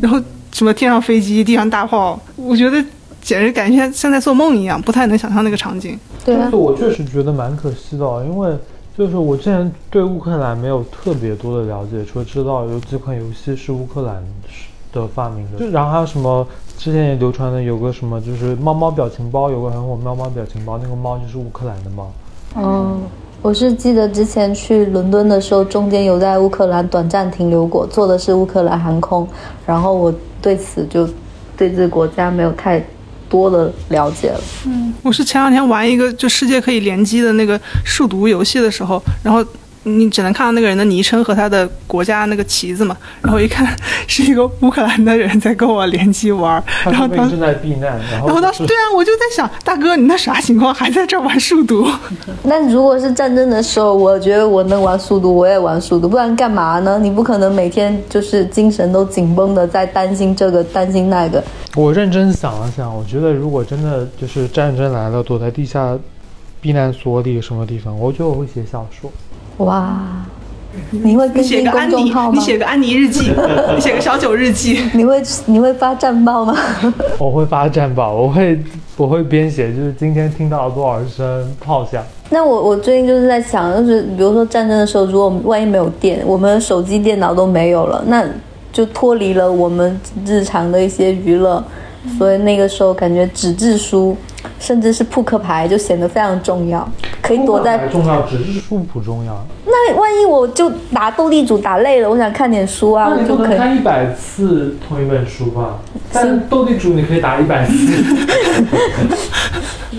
D: 然后什么天上飞机，地上大炮，我觉得简直感觉像在做梦一样，不太能想象那个场景。
B: 对啊
A: 但是，我确实觉得蛮可惜的哦，因为就是我之前对乌克兰没有特别多的了解，除了知道有几款游戏是乌克兰的发明的，就然后还有什么之前也流传的有个什么就是猫猫表情包，有个很火猫猫表情包，那个猫就是乌克兰的猫。
B: 嗯，我是记得之前去伦敦的时候，中间有在乌克兰短暂停留过，坐的是乌克兰航空，然后我对此就对这个国家没有太多的了解了。
D: 我是前两天玩一个就世界可以联机的那个数独游戏的时候，然后你只能看到那个人的昵称和他的国家那个旗子嘛，然后一看是一个乌克兰的人在跟我联机玩儿，
A: 他
D: 然后
A: 说明
D: 当时
A: 正在避难，然后
D: 然后当时对啊，我就在想，大哥你那啥情况还在这儿玩数独？
B: 但如果是战争的时候，我觉得我能玩速度，我也玩速度，不然干嘛呢？你不可能每天就是精神都紧绷的在担心这个担心那个。
A: 我认真想了想，我觉得如果真的就是战争来了，躲在地下避难所里什么地方，我觉得我会写小说。
B: 哇，你会
D: 你
B: 更
D: 写
B: 新
D: 个
B: 公
D: 安
B: 众
D: 妮
B: 号，
D: 你
B: 吗？
D: 写个安妮日记，你写个小九日记，
B: 你会你会发战报吗？
A: 我会发战报，我会我会编写，就是今天听到了多少声炮响。
B: 那我我最近就是在想，就是比如说战争的时候，如果万一没有电，我们手机、电脑都没有了，那就脱离了我们日常的一些娱乐，所以那个时候感觉纸质书，甚至是扑克牌就显得非常重要，可以躲在。
A: 重要，只是书不重要。
B: 那万一我就打斗地主打累了，我想看点书啊，我就可以。
A: 一百次同一本书 吧？但斗地主你可以打一百次，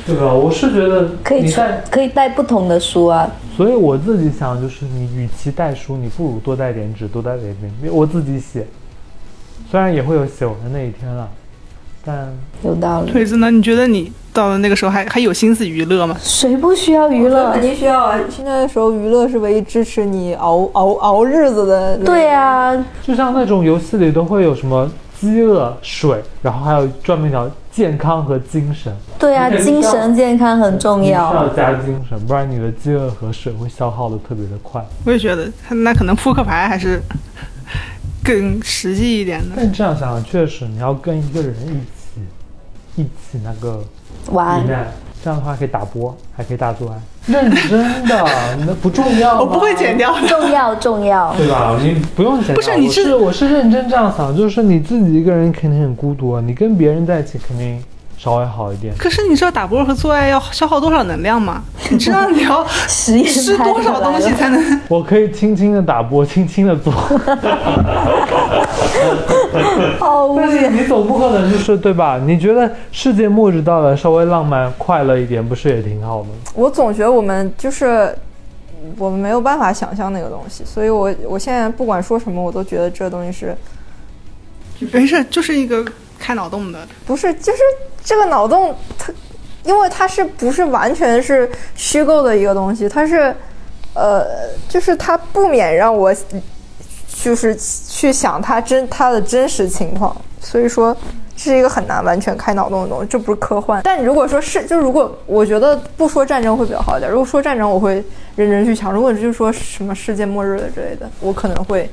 A: 对吧？我是觉得
B: 可以
A: 你
B: 出
A: 带，
B: 可以带不同的书啊，
A: 所以我自己想就是，你与其带书，你不如多带点纸，多带点笔。我自己写，虽然也会有写完的那一天了，但
B: 有道理。
D: 锤子呢？你觉得你到了那个时候还还有心思娱乐吗？
B: 谁不需要娱乐？
C: 肯定需要啊！现在的时候，娱乐是唯一支持你熬熬熬日子的。
B: 对啊，
A: 就像那种游戏里都会有什么饥饿、水，然后还有专门讲健康和精神，
B: 对啊，
A: 你肯
B: 精
A: 定需要
B: 神健康很重
A: 你需
B: 要。
A: 要加精神，不然你的饥饿和水会消耗的特别的快。
D: 我也觉得，那可能扑克牌还是更实际一点的。
A: 但这样想，确实你要跟一个人一起，一起那个
B: 晚
A: 避
B: 安。
A: 难，这样的话可以打波，还可以大做爱。啊认真的，那不重 要吗。
D: 我不会剪掉的。
B: 重要重 要。
A: 对吧？你不用剪掉。
D: 不是你
A: 我
D: 是
A: 是我是认真这样想，就是你自己一个人肯定很孤独，啊你跟别人在一起肯定稍微好一点。
D: 可是你知道打波和做爱要消耗多少能量吗？你知道你要
B: 实验
D: 吃多少东西才能？
A: 我可以轻轻的打波，轻轻的做，
B: 好无
A: 但是
B: 语。
A: 你总不可能就是对吧？你觉得世界末日到了，稍微浪漫快乐一点，不是也挺好吗？
C: 我总觉得我们就是我们没有办法想象那个东西，所以我我现在不管说什么，我都觉得这东西是
D: 没事，就是一个开脑洞的。
C: 不是就是这个脑洞它，因为它是不是完全是虚构的一个东西，它是呃，就是它不免让我就是去想它真它的真实情况，所以说。这是一个很难完全开脑洞的东西，这不是科幻。但如果说是，就如果我觉得不说战争会比较好一点。如果说战争，我会认真去想；如果就是说什么世界末日了之类的，我可能会，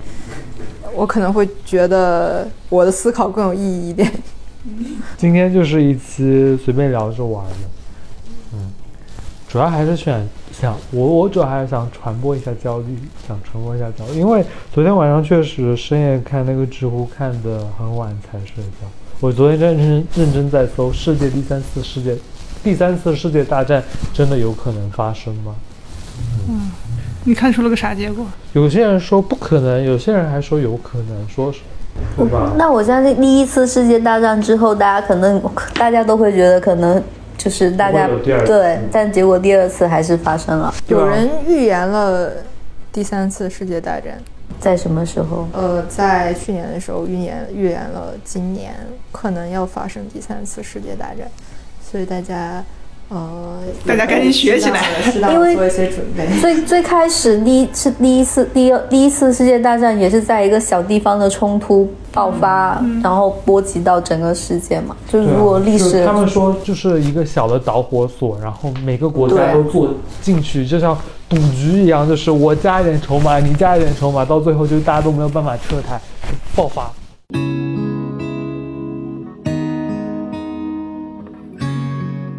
C: 我可能会觉得我的思考更有意义一点。
A: 今天就是一期随便聊着玩儿的，嗯，主要还是选想我，我主要还是想传播一下焦虑，想传播一下焦虑，因为昨天晚上确实深夜看那个知乎看的很晚才睡觉，我昨天认真认真在搜世界第三次世界第三次世界大战真的有可能发生吗？
D: 你看出了个啥结果？
A: 有些人说不可能，有些人还说有可能，说是对吧？
B: 那我相信第一次世界大战之后，大家可能大家都会觉得可能就是大家
A: 不会有第二次
B: 对，但结果第二次还是发生了，
A: 对啊
C: 有人预言了第三次世界大战，
B: 在什么时候？
C: 呃，在去年的时候预言预言了今年可能要发生第三次世界大战，所以大家呃，
D: 大家赶紧学起来
C: 也适当地，适当
B: 因为
C: 地做一些准备。
B: 最最开始第一是第一次第二第一次世界大战也是在一个小地方的冲突爆发，然后波及到整个世界嘛。就是
A: 对啊
B: 如果历
A: 就是
B: 史
A: 他们说就是一个小的导火索，然后每个国
B: 对
A: 家都做进去，就像赌局一样，就是我加一点筹码，你加一点筹码，到最后就大家都没有办法撤台，就爆发。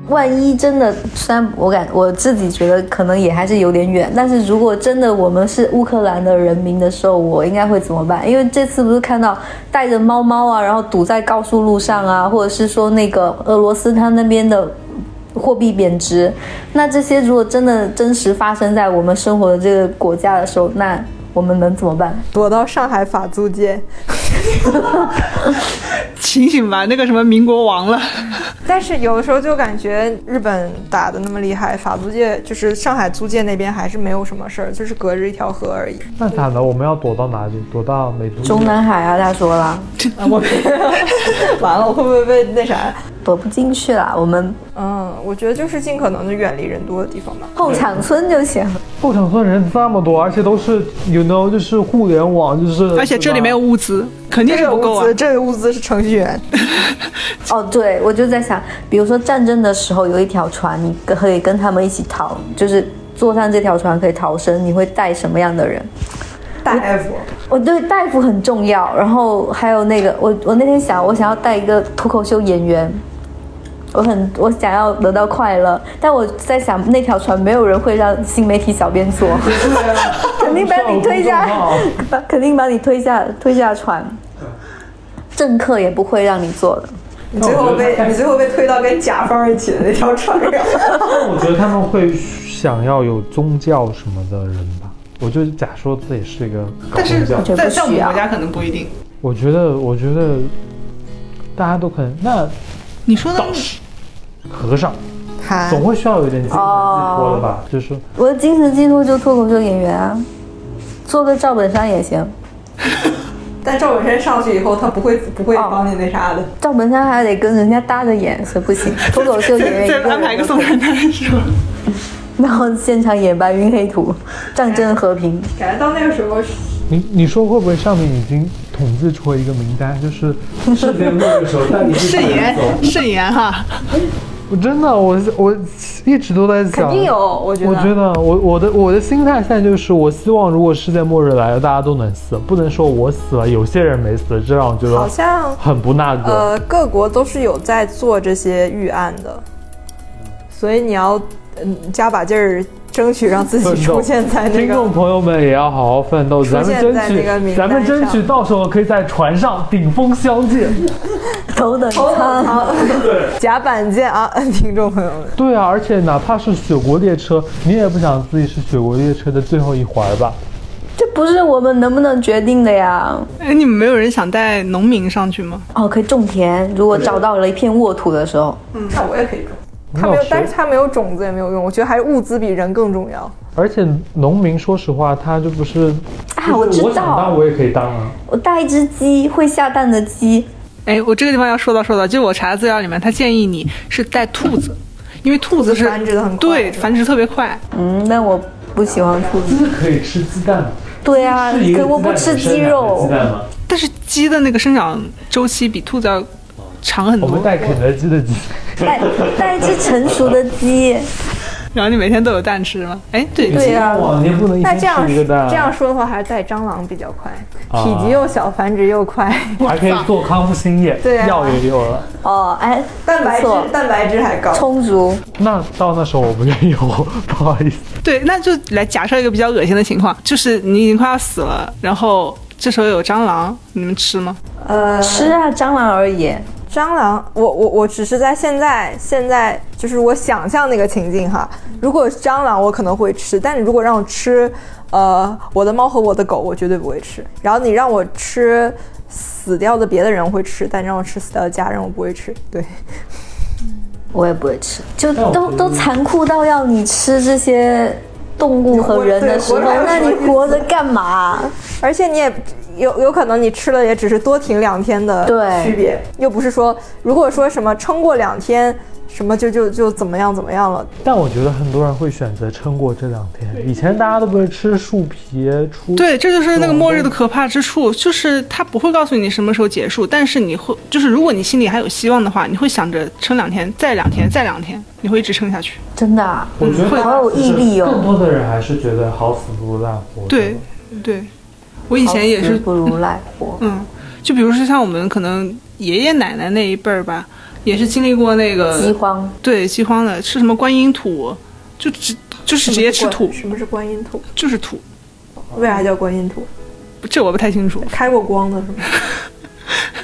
B: 万一真的，虽然我感我自己觉得可能也还是有点远，但是如果真的我们是乌克兰的人民的时候，我应该会怎么办？因为这次不是看到带着猫猫啊，然后堵在高速路上啊，或者是说那个俄罗斯他那边的货币贬值，那这些如果真的真实发生在我们生活的这个国家的时候，那我们能怎么办？
C: 躲到上海法租界，
D: 醒醒吧，那个什么民国亡了。
C: 但是有的时候就感觉日本打的那么厉害，法租界就是上海租界那边还是没有什么事儿，就是隔着一条河而已。
A: 那咋的？我们要躲到哪里？躲到美租
B: 中南海啊，他说了，
C: 我完了，我会不会被那啥？
B: 躲不进去啦，我们
C: 嗯，我觉得就是尽可能的远离人多的地方吧。
B: 后场村就行。
A: 后场村人这么多，而且都是 you know 就是互联网，就是
D: 而且这里没有物资，肯定
C: 这
D: 是
C: 个
D: 不够
C: 物
D: 啊
C: 资，。这个物资是程序员。
B: 哦，对，我就在想，比如说战争的时候，有一条船，你可以跟他们一起逃，就是坐上这条船可以逃生，你会带什么样的人？
C: 大 F，
B: 我对大夫很重要，然后还有那个，我我那天想，我想要带一个脱口秀演员，我很我想要得到快乐，但我在想那条船没有人会让新媒体小编坐，肯定把你推下
A: 公众号，
B: 肯定 把你推下推下船，政客也不会让你坐的。
C: 你最后被你最后被推到跟甲方一起的那条船上。
A: 但我觉得他们会想要有宗教什么的人吧。我就假说自己是一个搞
D: 但是
A: 宗教的
B: 觉得
D: 在
B: 不需
D: 在
B: 要
D: 我们国家可能不一定。
A: 我觉得，我觉得大家都可能那
D: 你说的
A: 道士、和尚
C: 嗨
A: 总会需要有一点精神寄
C: 哦
A: 托的吧？就是
B: 我的精神寄托就是脱口秀演员啊，做个赵本山也行。
C: 但赵本山上去以后，他不会不会帮你那啥的。
B: 赵本山还得跟人家搭着演，所以不 行。脱口秀演员
D: 再
B: 一
D: 再安排一个
B: 个
D: 送
B: 人，
D: 人单是吧？
B: 然后现场演白云黑土，战争和平。
C: 感觉到那个时候，
A: 你你说会不会上面已经统计出了一个名单，就是世界末日的 时候带你去
D: 慎言，慎言哈。
A: 我真的，我我一直都在想，
C: 肯定有我觉得
A: 我觉得我我的我的心态现在就是，我希望如果世界末日来了，大家都能死，不能说我死了，有些人没死，这让我觉
C: 好呃
A: 得
C: 像
A: 很不那个。
C: 呃各国都是有在做这些预案的，所以你要嗯加把劲儿，争取让自己
A: 奋斗
C: 出现在那
A: 听
C: 个
A: 众朋友们也要好好奋斗，咱们
C: 现
A: 争
C: 在那个
A: 取，
C: 名
A: 咱们
C: 单
A: 争
C: 上
A: 取到时候可以在船上顶峰相见。
B: 头等舱。
D: 哦
C: 好，甲板见啊， 听众朋友们。
A: 对啊，而且哪怕是雪国列车，你也不想自己是雪国列车的最后一环吧？
B: 这不是我们能不能决定的呀？
D: 哎，你们没有人想带农民上去吗？
B: 哦，可以种田。如果找到了一片沃土的时候，
C: 那我也可以种。他
A: 那
C: 没有
A: 谁，
C: 但是他没有种子也没有用。我觉得还是物资比人更重要。
A: 而且农民，说实话，他就不是
D: 哦
B: 啊
A: 就是
B: 我知道
A: 想当我也可以当啊。
B: 我带一只鸡，会下蛋的鸡。
D: 哎，我这个地方要说到说到，就我查的资料里面，他建议你是带兔子，因为兔子是
C: 兔子繁殖得很快
D: 对，
C: 是吧
D: 繁殖特别快。
B: 嗯，但我不喜欢兔子。
A: 是可以吃鸡蛋的，
B: 对啊，
A: 是一个
B: 可我
A: 鸡蛋
B: 不吃
A: 本身
B: 鸡
A: 两个
B: 肉
A: 鸡。蛋吗？
D: 但是鸡的那个生长周期比兔子要长很
A: 我
D: 多
A: 们，带肯德基的鸡，
B: 带带一只成熟的鸡。
D: 然后你每天都有蛋吃吗？哎，对，
B: 对啊呀
A: 往年不能一
C: 那
A: 天
C: 这样
A: 吃一个蛋，
C: 这样说的话，还是带蟑螂比较快，
A: 啊
C: 体积又小，繁殖又快，
A: 还可以做康复新液，
C: 对啊
A: 药也有了。
B: 哦，哎，不错
C: 蛋白质还高
B: 充足。
A: 那到那时候我不愿意活， 不好意思。
D: 对，那就来假设一个比较恶心的情况，就是你已经快要死了，然后这时候有蟑螂，你们吃吗？
C: 呃，
B: 吃啊，蟑螂而已。
C: 蟑螂，我我我只是在现在现在就是我想象那个情境哈。如果是蟑螂，我可能会吃，但你如果让我吃，呃，我的猫和我的狗，我绝对不会吃。然后你让我吃死掉的别的人我会吃，但让我吃死掉的家人我不会吃。对，
B: 我也不会吃，就
A: 但我
B: 都
A: 觉得
B: 都残酷到要你吃这些动物和人的时候，
C: 活着
B: 那
C: 活着有什么意
B: 你
C: 思
B: 活着干嘛、
C: 而且你也有有可能你吃了也只是多停两天的
B: 对
C: 区别，又不是说如果说什么撑过两天什么就就就怎么样怎么样了。
A: 但我觉得很多人会选择撑过这两天。以前大家都不是吃树皮、出
D: 对，这就是那个末日的可怕之处，就是它不会告诉你什么时候结束，但是你会，就是如果你心里还有希望的话，你会想着撑两天，再两天，再两天，你会一直撑下去。
B: 真的、啊，
A: 我觉得
B: 好有毅力哦
A: 更多的人还是觉得好死不如烂活。
D: 对，对，我以
B: 好
D: 前也
B: 死
D: 是，
B: 不如赖活。
D: 嗯，就比如说像我们可能爷爷奶奶那一辈儿吧，也是经历过那
B: 饥
D: 个
B: 荒，
D: 对饥荒的，吃什么观音土，就直就是直接吃土，
C: 什么是观音土？
D: 就是土，
C: 为啥叫观音土？
D: 这我不太清楚。
C: 开过光的是吗？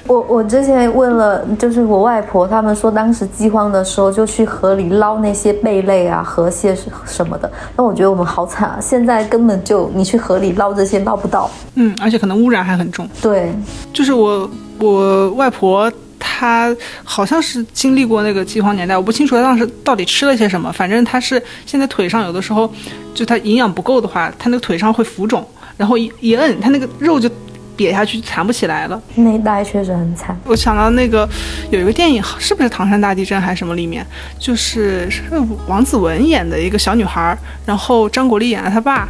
B: 我我之前问了，就是我外婆，他们说当时饥荒的时候就去河里捞那些贝类啊、河蟹什么的。但我觉得我们好惨啊，现在根本就你去河里捞这些捞不到。
D: 嗯，而且可能污染还很重。
B: 对，
D: 就是我我外婆她好像是经历过那个饥荒年代，我不清楚她当时到底吃了些什么，反正她是现在腿上有的时候就她营养不够的话，她那个腿上会浮肿，然后一一摁，她那个肉就。瘪下去弹不起来了。
B: 那一代确实很惨。
D: 我想到那个有一个电影，是不是《唐山大地震》还是什么？里面就是是王子文演的一个小女孩，然后张国立演的她爸。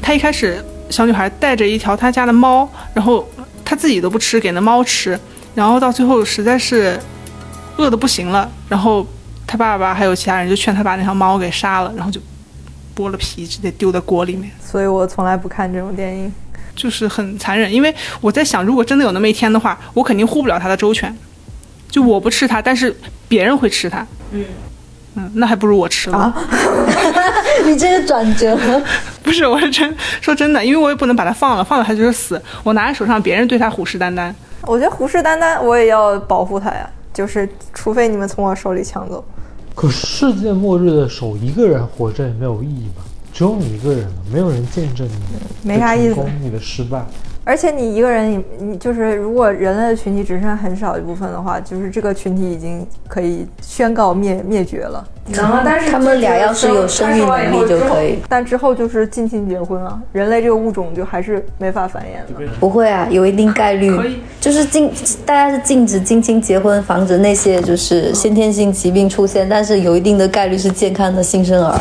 D: 她一开始小女孩带着一条她家的猫，然后她自己都不吃，给那猫吃，然后到最后实在是饿的不行了，然后她爸爸还有其他人就劝她把那条猫给杀了，然后就剥了皮直接丢在锅里面。
C: 所以我从来不看这种电影。
D: 就是很残忍。因为我在想，如果真的有那么一天的话，我肯定护不了它的周全。就我不吃它，但是别人会吃它。嗯那还不如我吃了。
B: 你这个转折，
D: 不是，我是真说真的，因为我也不能把它放了，放了它就是死。我拿在手上，别人对它虎视眈眈。
C: 我觉得虎视眈眈，我也要保护它呀。就是，除非你们从我手里抢走。
A: 可世界末日的时候，一个人活着也没有意义吧？只有你一个人了，没有人见证你，
C: 没啥意思
A: 成功你的失败，
C: 而且你一个人，你你就是，如果人类的群体只剩很少一部分的话，就是这个群体已经可以宣告灭灭绝了。
B: 能啊但是他们俩要是有生育能力就可以。
C: 但之后就是近亲结婚啊，人类这个物种就还是没法繁衍了。
B: 不会啊，有一定概率
D: 可以，
B: 就是禁大家是禁止近亲结婚，防止那些就是先天性疾病出现，但是有一定的概率是健康的新生儿，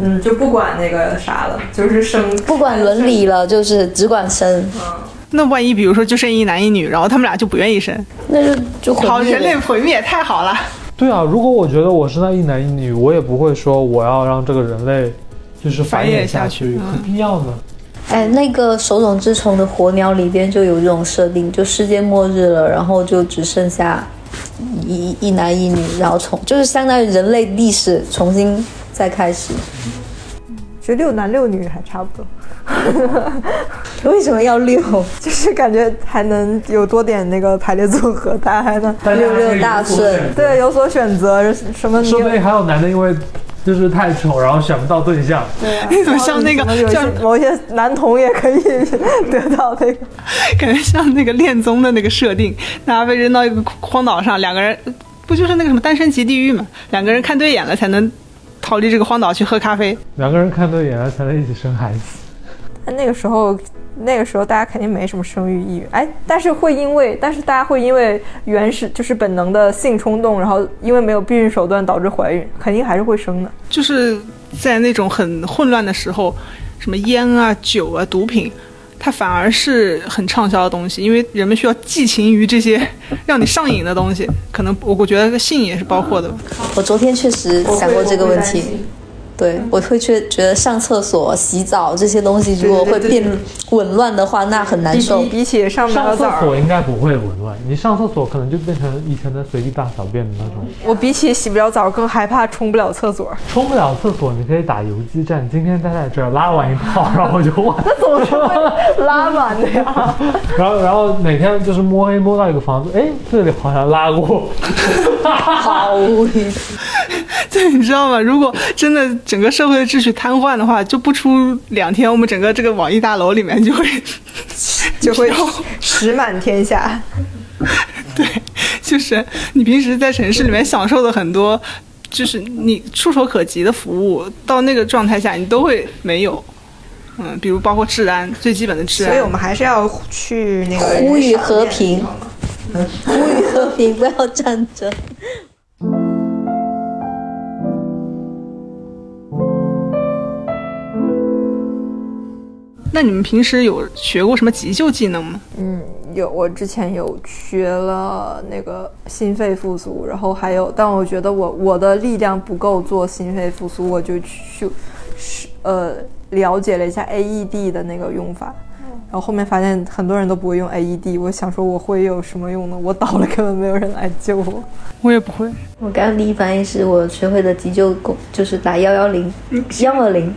C: 嗯，就不管那个啥了，就是生
B: 不管伦理了，就是只管生，
D: 那万一比如说就剩一男一女，然后他们俩就不愿意生，
B: 那就就
D: 好，
B: 毁灭
D: 人类
B: 了。
D: 毁灭太好了。
A: 对啊，如果我觉得我是那一男一女，我也不会说我要让这个人类就是繁
D: 繁
A: 衍
D: 衍下
A: 去，
D: 去
B: 嗯
A: 何必要呢？
B: 哎，那个手冢治虫的《火鸟》里边就有这种设定，就世界末日了，然后就只剩下一一男一女，然后重就是相当于人类历史重新再开始。
C: 其实六男六女还差不多，
B: 为什么要六？
C: 就是感觉还能有多点那个排列组合，大家还能
A: 大家
B: 六六
A: 还是
B: 大
A: 有所
B: 顺
A: 选择
C: 对有所选择，什么你
A: 说不定还有男的因为就是太丑，然后选不到对象。
D: 那种像那个
C: 啊什么有一些
D: 像
C: 某一些男童也可以 得到那个。
D: 感觉像那个恋综的那个设定，大家被扔到一个荒岛上，两个人不就是那个什么单身即地狱嘛？两个人看对眼了才能逃离这个荒岛去喝咖啡。
A: 两个人看对眼了才能一起生孩子。
C: 但那个时候，那个时候大家肯定没什么生育意愿，哎，但是会因为，但是大家会因为原始就是本能的性冲动，然后因为没有避孕手段导致怀孕，肯定还是会生的。
D: 就是在那种很混乱的时候，什么烟啊、酒啊、毒品，它反而是很畅销的东西，因为人们需要寄情于这些让你上瘾的东西。可能我我觉得性也是包括的吧。
B: 我昨天确实想过这个问题，对我会觉觉得上厕所、洗澡这些东西如果会变紊乱的话，那很难受
C: 比。比起上不
A: 上
C: 了
A: 厕
C: 早，
A: 所应该不会紊乱，你上厕所可能就变成以前的随地大小便的那种。
C: 我比起洗不了澡更害怕冲不了厕所。
A: 冲不了厕所，你可以打游击战。今天待在这儿拉完一泡，然后我就完。
C: 怎么是会拉满的呀？
A: 然后，然后哪天就是摸黑摸到一个房子，哎，这里好像拉过。
B: 好无语。
D: 对，你知道吗？如果真的整个社会的秩序瘫痪的话，就不出两天，我们整个这个网易大楼里面就会
C: 就会食满天下。
D: 对， 就是你平时在城市里面享受的很多，就是你触手可及的服务，到那个状态下你都会没有。嗯，比如包括治安最基本的治
C: 所以我
D: 安，
C: 们还是要去那个
B: 呼吁和平，呼吁和平，不要战争。
D: 那你们平时有学过什么急救技能吗？
C: 有，我之前有学了那个心肺复苏，然后还有，但我觉得我我的力量不够做心肺复苏，我就去是呃了解了一下 AED 的那个用法，然后后面发现很多人都不会用 AED，我想说我会有什么用呢？我倒了根本没有人来救我。
D: 我也不会。
B: 我刚刚第一反应是我学会的急救工就是打幺幺零、幺二零、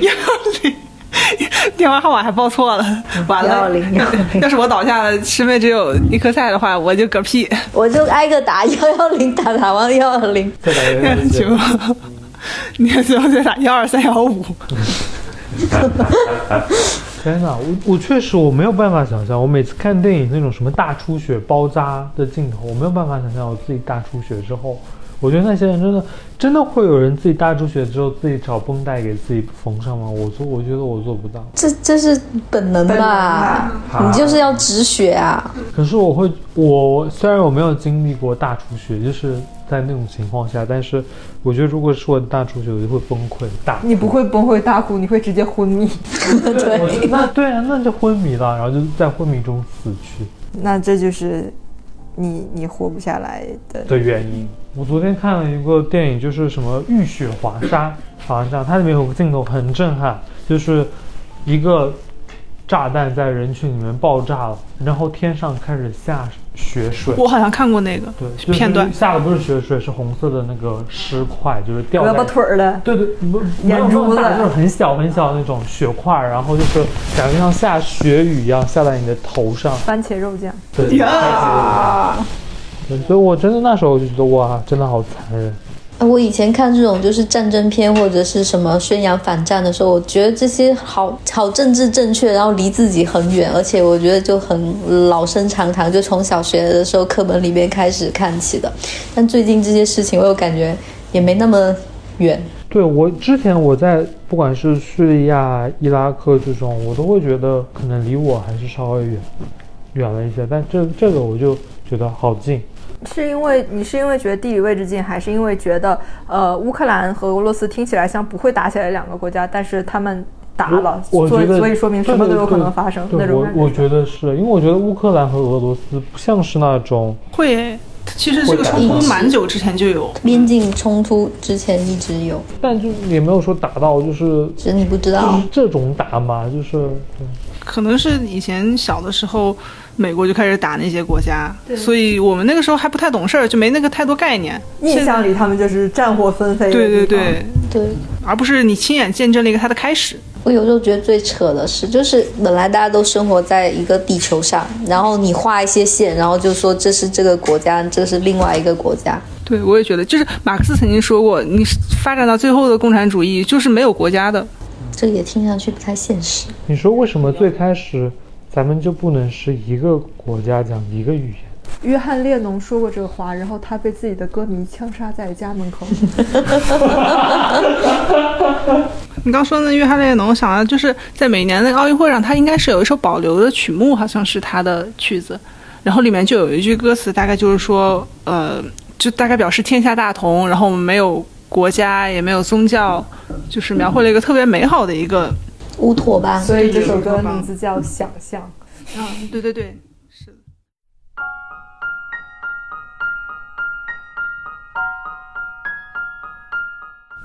D: 幺零， 电话号码还报错了，完了。
B: 120 120
D: 要是我倒下了，师妹只有一颗菜的话，我就嗝屁。
B: 我就挨个打幺幺零，打打完幺二零，
A: 再打一个
D: 就你看最后再打幺二三幺五，
A: 天哪，我我确实我没有办法想象，我每次看电影那种什么大出血包扎的镜头，我没有办法想象我自己大出血之后，我觉得那些人真的真的会有人自己大出血之后自己找绷带给自己缝上吗？我做我觉得我做不到，
B: 这这是本能吧？
A: 吧
B: 你就是要止血啊！
A: 可是我会我虽然我没有经历过大出血，就是在那种情况下，但是我觉得如果是我大出血，我就会崩溃大哭。
C: 你不会崩溃大哭，你会直接昏迷。
A: 我 就那对啊，那就昏迷了，然后就在昏迷中死去。
C: 那这就是你你活不下来的
A: 的原因。我昨天看了一个电影，就是什么《浴血华沙》，好像这样，它里面有个镜头很震撼，就是一个炸弹在人群里面爆炸了，然后天上开始下雪水。
D: 我好像看过那个
A: 对，就是
D: 片段
A: 下的不是雪水，是红色的那个尸块，就是掉
C: 胳
A: 在
C: 膊腿儿的。
A: 哦对对，不
C: 眼珠子
A: 大就是很小很小的那种血块，然后就是感觉像下雪雨一样下在你的头上。
C: 番茄肉酱，
A: 对，对所以我真的那时候就觉得哇，真的好残忍。
B: 啊我以前看这种就是战争片或者是什么宣扬反战的时候，我觉得这些好好政治正确，然后离自己很远，而且我觉得就很老生常谈，就从小学的时候课本里面开始看起的。但最近这些事情，我又感觉也没那么远。
A: 对我之前我在不管是叙利亚、伊拉克这种，我都会觉得可能离我还是稍微远远了一些，但这这个我就觉得好近。
C: 是因为你是因为觉得地理位置近，还是因为觉得呃乌克兰和俄罗斯听起来像不会打起来的两个国家，但是他们打了，
A: 我
C: 所
A: 觉
C: 以
A: 得
C: 所以说明什么都有可能发生
A: 对
C: 那
A: 对
C: 种
A: 我
C: 感
A: 我
C: 觉。
A: 觉得是因为我觉得乌克兰和俄罗斯不像是那种
D: 会。其实这个
A: 会打
D: 冲突蛮久之前就有，
B: 边境冲突之前一直有，
A: 但就也没有说打到就是
B: 只是你不知
A: 就
B: 道
A: 是。这种打嘛，就是对
D: 可能是以前小的时候，美国就开始打那些国家，所以我们那个时候还不太懂事儿，就没那个太多概念。
C: 印象里他们就是战火纷飞的
D: 对对
C: 地方
D: 对，
B: 对。
D: 而不是你亲眼见证了一个它的开始。
B: 我有时候觉得最扯的是，就是本来大家都生活在一个地球上，然后你画一些线，然后就说这是这个国家，这是另外一个国家。
D: 对，我也觉得，就是马克思曾经说过，你发展到最后的共产主义就是没有国家的。
B: 这也听上去不太现实。
A: 你说为什么最开始咱们就不能是一个国家讲一个语言？
E: 约翰列侬说过这个话，然后他被自己的歌迷枪杀在家门 口。
D: 你刚说的那约翰列侬，我想到就是在每年的奥运会上，他应该是有一首保留的曲目，好像是他的曲子，然后里面就有一句歌词，大概就是说，呃，就大概表示天下大同，然后我们没有国家，也没有宗教， 就是描绘了一个特别美好的一个。
B: 乌托邦，
E: 所以这首歌的名字叫《想象》。
D: 嗯，对对对，是的。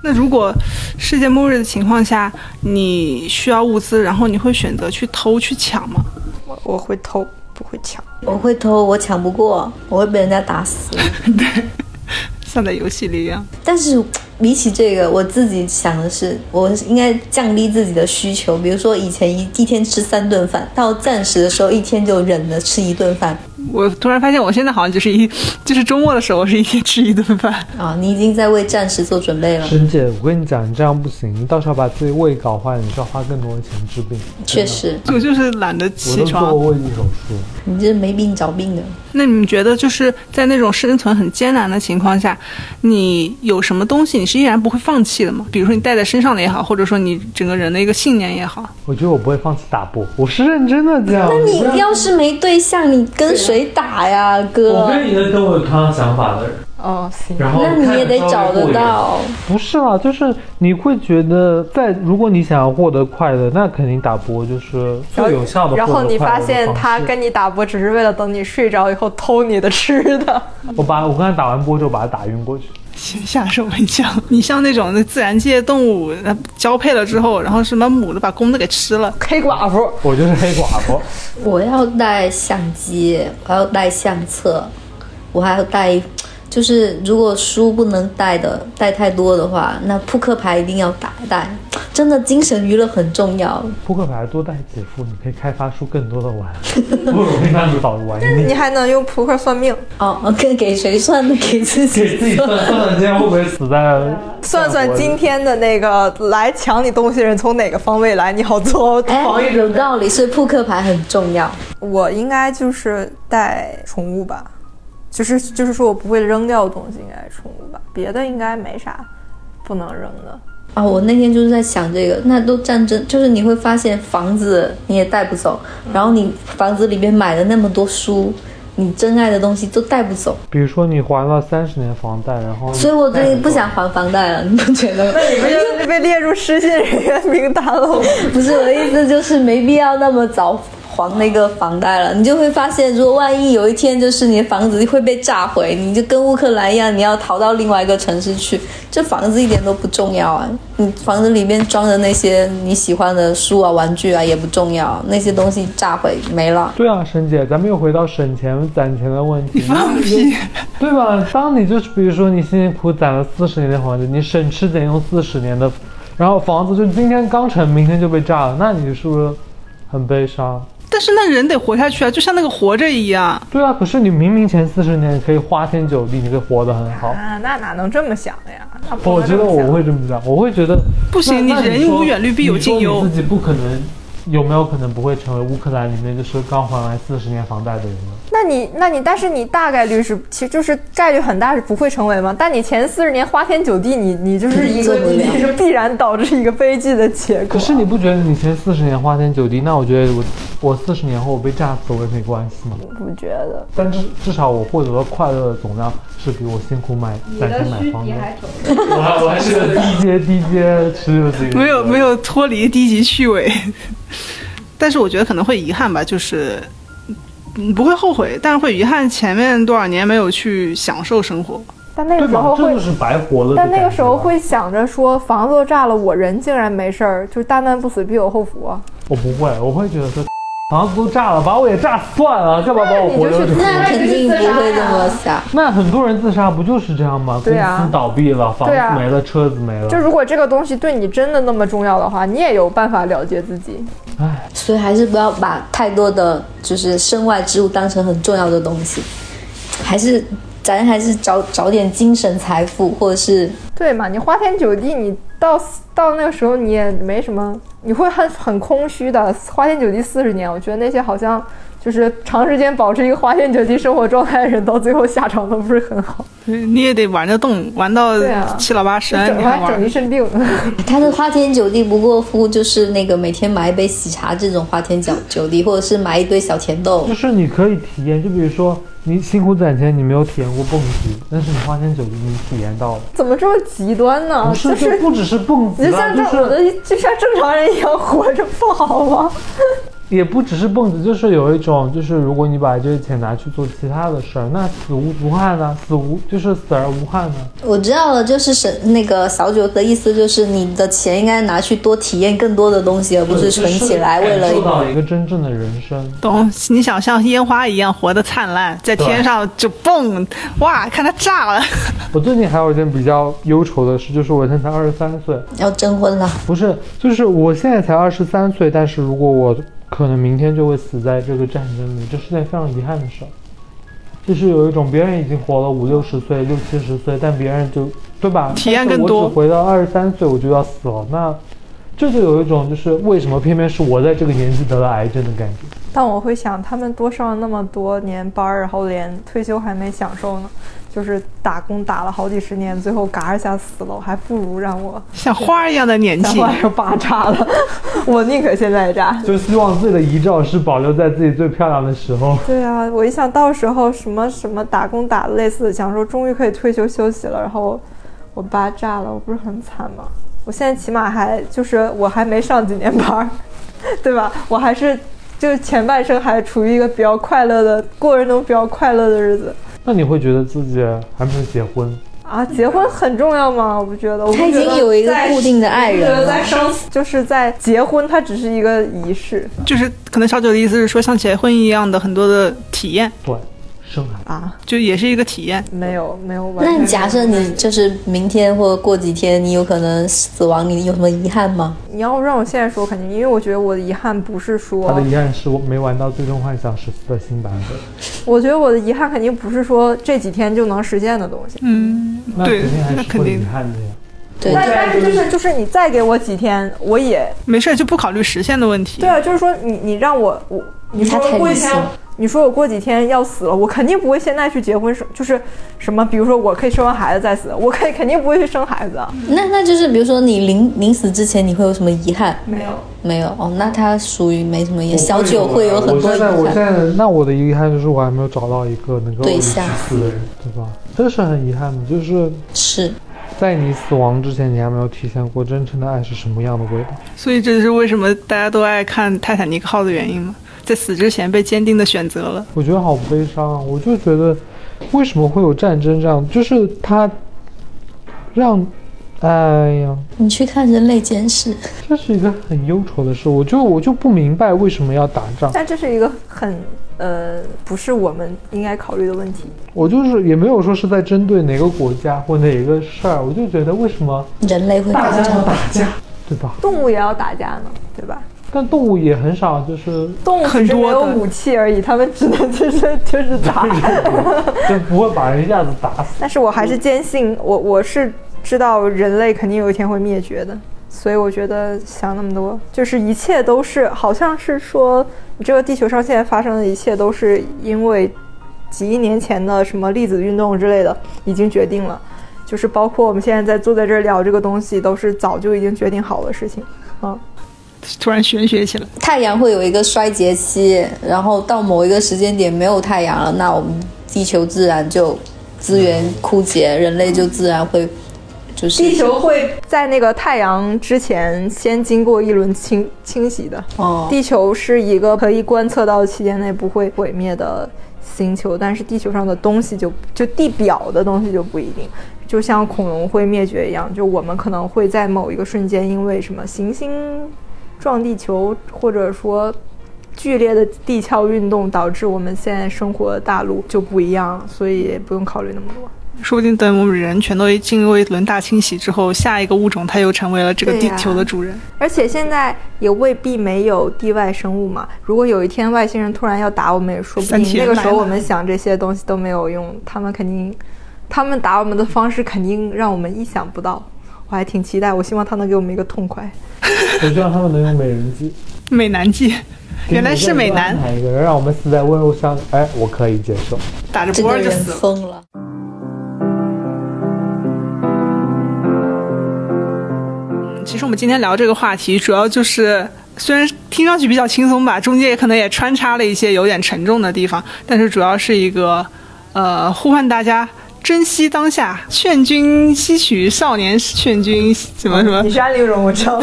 D: 那如果世界末日的情况下，你需要物资，然后你会选择去偷去抢吗？
C: 我我会偷，不会抢。
B: 我会偷，我抢不过，我会被人家打死。
D: 像在游戏里一样。
B: 但是比起这个，我自己想的是，我应该降低自己的需求。比如说以前一一天吃三顿饭，到暂时的时候一天就忍了吃一顿饭
D: 我突然发现，我现在好像就是一，就是周末的时候是一天吃一顿饭。
B: 啊！你已经在为暂时做准备了，
A: 沈姐，我跟你讲，你这样不行，你到时候把自己胃搞坏，你就要花更多的钱治病。
B: 确实，
D: 我就是懒得
A: 我
D: 起
A: 都做
D: 床
A: 过。胃镜手术，
B: 你这没病找病的。
D: 那你觉得就是在那种生存很艰难的情况下，你有什么东西你是依然不会放弃的吗？比如说你带在身上的也好，或者说你整个人的一个信念也好。
A: 我觉得我不会放弃打波，我是认真的这样。
B: 那你要是没对象，你跟谁打呀，哥？
F: 一个跟我有同样想法的人，
E: 哦，行。
F: 然后
B: 那你也得找得到。
A: 不是啦，就是你会觉得在，如果你想要获得快乐，那肯定打波就是最有效的获得
E: 然后你
A: 快乐
E: 发
A: 的
E: 现
A: 方
E: 他
A: 式
E: 跟你打波，只是为了等你睡着以后偷你的吃的。
A: 我把我跟他打完波之后把他打晕过去。
D: 先下手为强。你像那种那自然界动物呃交配了之后，然后什么母的把公的给吃了，
E: 黑寡妇，
A: 我就是黑寡妇，
B: 我要带相机，我要带相册，我还要带，就是如果书不能带的带太多的话，那扑克牌一定要打带。真的，精神娱乐很重要。
A: 扑克牌多带几副，你可以开发出更多的 玩，不容易让你老玩腻
C: 你。还能用扑克算命，
B: 哦，哦跟给谁算的？给自己算。
A: 算今天会不会死在？
E: 算算
A: 我
E: 今天的那个来抢你东西的人从哪个方位来，你好做
B: 哎
E: 防御，
B: 有
E: 准备。
B: 道理，所以扑克牌很重要。
C: 我应该就是带宠物吧，就是就是说我不会扔掉的东西，应该是宠物吧，别的应该没啥不能扔的。
B: 啊、我那天就是在想这个，那都战争，就是你会发现房子你也带不走，然后你房子里面买了那么多书，你真爱的东西都带不走，
A: 比如说你还了三十年房贷，然后
B: 所以我最近不想还房贷了，你不觉得吗？
E: 你不就被列入失信人员名单了 吗？
B: 不是我的意思，就是没必要那么早还那个房贷了。你就会发现，如果万一有一天就是你的房子会被炸毁，你就跟乌克兰一样，你要逃到另外一个城市去，这房子一点都不重要啊。你房子里面装的那些你喜欢的书啊、玩具啊也不重要，那些东西炸毁没了。
A: 对啊，沈姐，咱们又回到省钱攒钱的问 题。你放屁，对吧？当你就是比如说你辛辛苦苦攒了四十年的房子，你省吃俭用四十年的，然后房子就今天刚成，明天就被炸了，那你是不是很悲伤？
D: 但是那人得活下去啊，就像那个活着一样。
A: 对啊，可是你明明前四十年可以花天酒地，你可以活得很好。
C: 啊，那哪能这么想的呀？那不
A: 我
C: 能
A: 觉
C: 这
A: 得
C: 么想
A: 我会这么想，我会觉得
D: 不行
A: 那
D: 你
A: 那
D: 人
A: 说
D: 无远虑必有
A: 你说
D: 近忧
A: 你自己不可能，有没有可能不会成为乌克兰里面就是刚还完四十年房贷的人呢？
E: 那你，那你，但是你大概率是，其实就是概率很大是不会成为嘛。但你前四十年花天酒地，你你就是一个，
B: 做不了
E: 你是必然导致一个悲剧的结果。
A: 可是你不觉得你前四十年花天酒地，那我觉得我我四十年后我被炸死我也没关系吗？
E: 不觉得？
A: 但至至少我获得的快乐的总量是比我辛苦买攒钱买房的
F: 我还我还是个
A: 低阶低阶持有型。
D: 没有没有脱离低级趣味， 但是我觉得可能会遗憾吧，就是嗯不会后悔，但是会遗憾前面多少年没有去享受生活。
E: 但那
A: 对
E: 个时
A: 吧
E: 候？
A: 这
E: 会
A: 就，是白活了的感
E: 但
A: 觉吧。
E: 那个时候会想着说，房子都炸了，我人竟然没事儿，就是大难不死必有后福啊。
A: 我不会，我会觉得说房子都炸了，把我也炸算了，干嘛把我活留着？
B: 那肯定不会这么想。
A: 那很多人自杀不就是这样吗？
C: 对啊
A: 公司倒闭了，房
C: 对啊
A: 子没了，车子没了
C: 就。如果这个东西对你真的那么重要的话，你也有办法了结自己。
B: 所以还是不要把太多的就是身外之物当成很重要的东西，还是咱还是找找点精神财富，或者是
C: 对嘛？你花天酒地，你到死到那个时候你也没什么，你会很很空虚的。花天酒地四十年，我觉得那些好像就是长时间保持一个花天酒地生活状态的人，到最后下场都不是很好，
D: 对你也得玩得动，玩到
C: 对啊
D: 七老八十，
C: 整
D: 你还
C: 完整一
D: 玩？
C: 身病。
B: 他的花天酒地不过乎就是那个每天买一杯喜茶这种花天酒酒地，或者是买一堆小甜豆
A: 就。是你可以体验，就比如说你辛苦攒钱，你没有体验过蹦极，但是你花天酒地你体验到了，
C: 怎么这么极端呢？
A: 不
C: 哦就是。
A: 就是不只是蹦极
C: 你就
A: 了，
C: 像
A: 就
C: 这我
A: 是
C: 的，就像正常人一样活着不好吗？
A: 也不只是蹦极，就是有一种就是如果你把这些钱拿去做其他的事儿，那死无足憾呢、死无就是死而无憾呢、
B: 我知道了，就是沈那个小九的意思，就是你的钱应该拿去多体验更多的东西，而不是存起来为了
C: 哎
F: 感
B: 一
F: 受到
A: 一
F: 一个
A: 个真正的人生。
D: 懂？你想像烟花一样活得灿烂，在天上就蹦，哇，看它炸了。
A: 我最近还有一件比较忧愁的事，就是我现在才二十三岁，
B: 要征婚了。
A: 不是，就是我现在才二十三岁，但是如果我可能明天就会死在这个战争里，这是件非常遗憾的事儿。就是有一种别人已经活了五六十岁、六七十岁，但别人就对吧？
D: 体验
A: 但是
D: 更多
A: 我只回到二十三岁我就要死了，那这就有一种就是为什么偏偏是我在这个年纪得了癌症的感觉。
C: 但我会想，他们多上了那么多年班儿，然后连退休还没享受呢，就是打工打了好几十年，最后嘎一下死了，我还不如让我
D: 像花儿一样 的年纪，
C: 花儿拔炸了，我宁可现在炸。
A: 就希望自己的遗照是保留在自己最漂亮的时 候。
C: 对啊，我一想到时候什么什么打工打的累死，想说终于可以退休休息了，然后我爸炸了，我不是很惨吗？我现在起码还就是我还没上几年班儿， 对吧？我还是就是前半生还处于一个比较快乐的过着那种比较快乐的日子
A: 那你会觉得自己还没有结婚？
C: 啊。结婚很重要吗？我不觉得，我不
B: 他已
C: 觉
B: 经
C: 得
B: 有一个
C: 在
B: 固定的爱人了，
C: 生死就是在结婚，它只是一个仪式
D: 就是可能小九的意思是说，像结婚一样的很多的体验，
A: 对，生孩
D: 哦
A: 子。
C: 啊，
D: 就也是一个体验。
C: 没有没有完全
B: 那
C: 没有。
B: 你假设你就是明天或者过几天你有可能死亡，你有什么遗憾吗？
C: 你要让我现在说，肯定，因为我觉得我的遗憾不是
A: 他
C: 说
A: 的，遗憾是我没玩到《最终幻想十四》的新版本。
C: 我觉得我的遗憾肯定不是说这几天就能实现的东西。
D: 嗯，
A: 那
D: 对
A: 肯定还
D: 那
A: 是
D: 肯
A: 会
D: 定
A: 遗憾的呀。
B: 对，
C: 但但是就是就是你再给我几天，我也
D: 没事儿就不考虑实现的问题。
C: 对啊，就是说你你让我我你说
B: 他太
C: 我过
B: 理
C: 几
B: 性
C: 天，你说我过几天要死了，我肯定不会现在去结婚，是就是什么，比如说我可以生完孩子再死，我可以肯定不会去生孩子啊。
D: 嗯
B: 那那就是比如说你临临死之前你会有什么遗憾？
C: 没有，
B: 没有哦，那他属于没什么遗憾。
F: 我会
B: 小九会有很
A: 啊我
B: 多
A: 现
B: 遗
A: 在，我现
B: 憾，
A: 在，那我的遗憾就是我还没有找到一个能够
B: 对象
F: 死的人，
A: 对吧？这是很遗憾的，就是
B: 是
A: 在你死亡之前，你还没有体现过真诚的爱是什么样的味道。
D: 所以这就是为什么大家都爱看《泰坦尼克号》的原因嘛，在死之前被坚定的选择了。
A: 我觉得好悲伤啊！我就觉得，为什么会有战争这样？就是它让，哎呀，
B: 你去看《人类简史》，
A: 这是一个很忧愁的事。我就我就不明白为什么要打仗。
C: 但这是一个很呃不是我们应该考虑的问题。
A: 我就是也没有说是在针对哪个国家或哪一个事儿，我就觉得为什么
B: 人类会打仗，
A: 对吧？
C: 动物也要打架呢，对吧？
A: 但动物也很少，就是
C: 动物只是没有
D: 很多的
C: 武器而已，他们只能就是就是 打。
A: 就不会把人一下子打死。
C: 但是我还是坚信，我我是知道人类肯定有一天会灭绝的，所以我觉得想那么多，就是一切都是好像是说，你这个地球上现在发生的一切都是因为几亿年前的什么粒子运动之类的已经决定了，就是包括我们现在在坐在这儿聊这个东西，都是早就已经决定好的事情。啊，
D: 突然玄学起来，
B: 太阳会有一个衰竭期，然后到某一个时间点没有太阳了，那我们地球自然就资源枯竭，人类就自然会就是
C: 地球会在那个太阳之前先经过一轮清清洗的。
B: 哦，
C: 地球是一个可以观测到期间内不会毁灭的星球，但是地球上的东西就就地表的东西就不一定，就像恐龙会灭绝一样，就我们可能会在某一个瞬间因为什么行星撞地球，或者说剧烈的地壳运动导致我们现在生活的大陆就不一样了，所以也不用考虑那么多。
D: 说不定等我们人全都经过一轮大清洗之后，下一个物种它又成为了这个
C: 对
D: 地
C: 呀
D: 球的主人。
C: 而且现在也未必没有地外生物嘛。如果有一天外星人突然要打我们，也说不
D: 三
C: 定。
D: 体
C: 那
D: 人
C: 个时
D: 来
C: 候
D: 了
C: 我们想这些东西都没有用，他们肯定，他们打我们的方式肯定让我们意想不到。我还挺期待，我希望他能给我们一个痛快。
A: 我希望他们能用美人计。
D: 美男计，原来是美男，
A: 哪一个人让我们死在温柔乡？哎，我可以接受。
D: 打着
B: 这
D: 波
B: 个
D: 儿就
B: 人
D: 死了。
B: 疯了。
D: 其实我们今天聊这个话题，主要就是虽然听上去比较轻松吧，中间也可能也穿插了一些有点沉重的地方，但是主要是一个呃呼唤大家。珍惜当下，劝君吸取少年时，劝君什么什么
A: 嗯
E: 你是安陵容，我知道。
D: 啊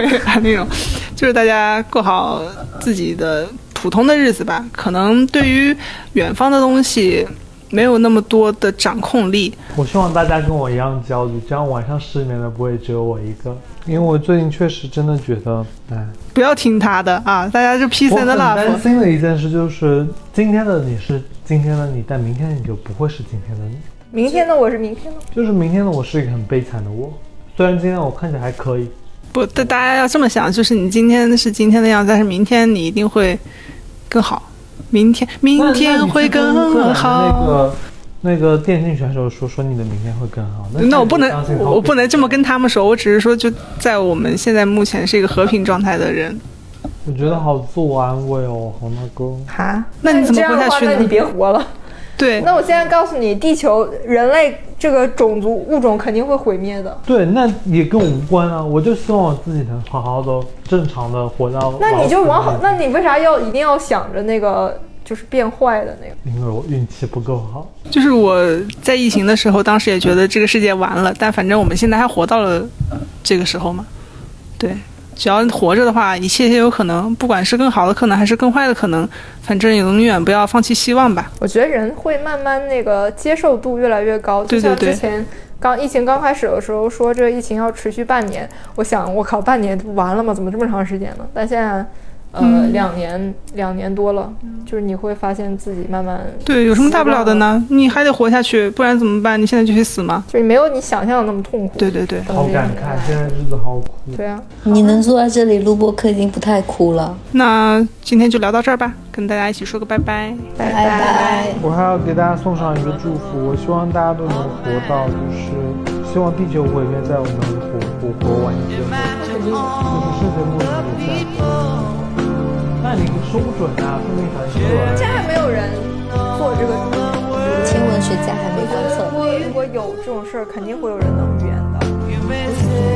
D: 那种，就是大家过好自己的普通的日子吧。可能对于远方的东西，没有那么多的掌控力，
A: 我希望大家跟我一样焦虑，这样晚上失眠的不会只有我一个。因为我最近确实真的觉得，哎，
D: 不要听他的啊！大家就 peace
A: 我很
D: and
A: 担
D: love。
A: 心的一件事就是，今天的你是今天的你，但明天你就不会是今天的你。
C: 明天的我是明天 的，
A: 就是明天的我是一个很悲惨的我，虽然今天我看起来还可以，
D: 不，但大家要这么想，就是你今天是今天的样子，但是明天你一定会更好。明天，明
A: 那那
D: 天
A: 你
D: 会
A: 去跟乌克兰
D: 更
A: 的那
D: 好。
A: 个那个电竞选手说说你的明天会更好，
D: 那我不能
A: 相信，他
D: 我不能这么
A: 会
D: 跟他们说。我只是说，就在我们现在目前是一个和平状态的人，
A: 我觉得好自我安慰哦，好那个。
C: 哈，
D: 那你怎
E: 这
D: 么
E: 样
D: 活
E: 的
D: 下
E: 话，
D: 去
E: 那你
D: 呢？
E: 别活了。
D: 对，
E: 那我现在告诉你，地球人类这个种族物种肯定会毁灭的。
A: 对，那也跟我无关啊！我就希望我自己能好好的、正常的活到老死
E: 那
A: 那
E: 你就往好
A: 一，天
E: 那你为啥要一定要想着那个就是变坏的那个？
A: 因为我运气不够好。
D: 就是我在疫情的时候，当时也觉得这个世界完了，但反正我们现在还活到了这个时候嘛。对，只要活着的话，一切皆有可能，不管是更好的可能还是更坏的可能，反正永远不要放弃希望吧。
E: 我觉得人会慢慢那个接受度越来越高，
D: 对
E: 就像
D: 对对
E: 之前刚疫情刚开始的时候说这疫情要持续半年，我想我靠半年完了吗？怎么这么长时间呢？但现在。呃，
D: 嗯
E: 两年两年多了，
B: 嗯
E: 就是你会发现自己慢慢
D: 对，有什么大不了的呢？你还得活下去，不然怎么办？你现在就去死吗？
E: 就是没有你想象的那么痛苦。
D: 对对对，
A: 好感慨，现在日子好苦。
E: 对啊，
B: 你能坐在这里录播课已经不太苦了，
D: 那今天就聊到这儿吧，跟大家一起说个拜拜。
B: 拜拜。
A: 我还要给大家送上一个祝福，我希望大家都能活到，就是希望地球毁灭在我们活活活晚一天吧，就是世界末日也在。那你说不准啊，说不定咱是
E: 现在没有人做这个
B: 天文学家还没观测。
E: 如果如果有这种事儿，肯定会有人能预言的。
G: You made me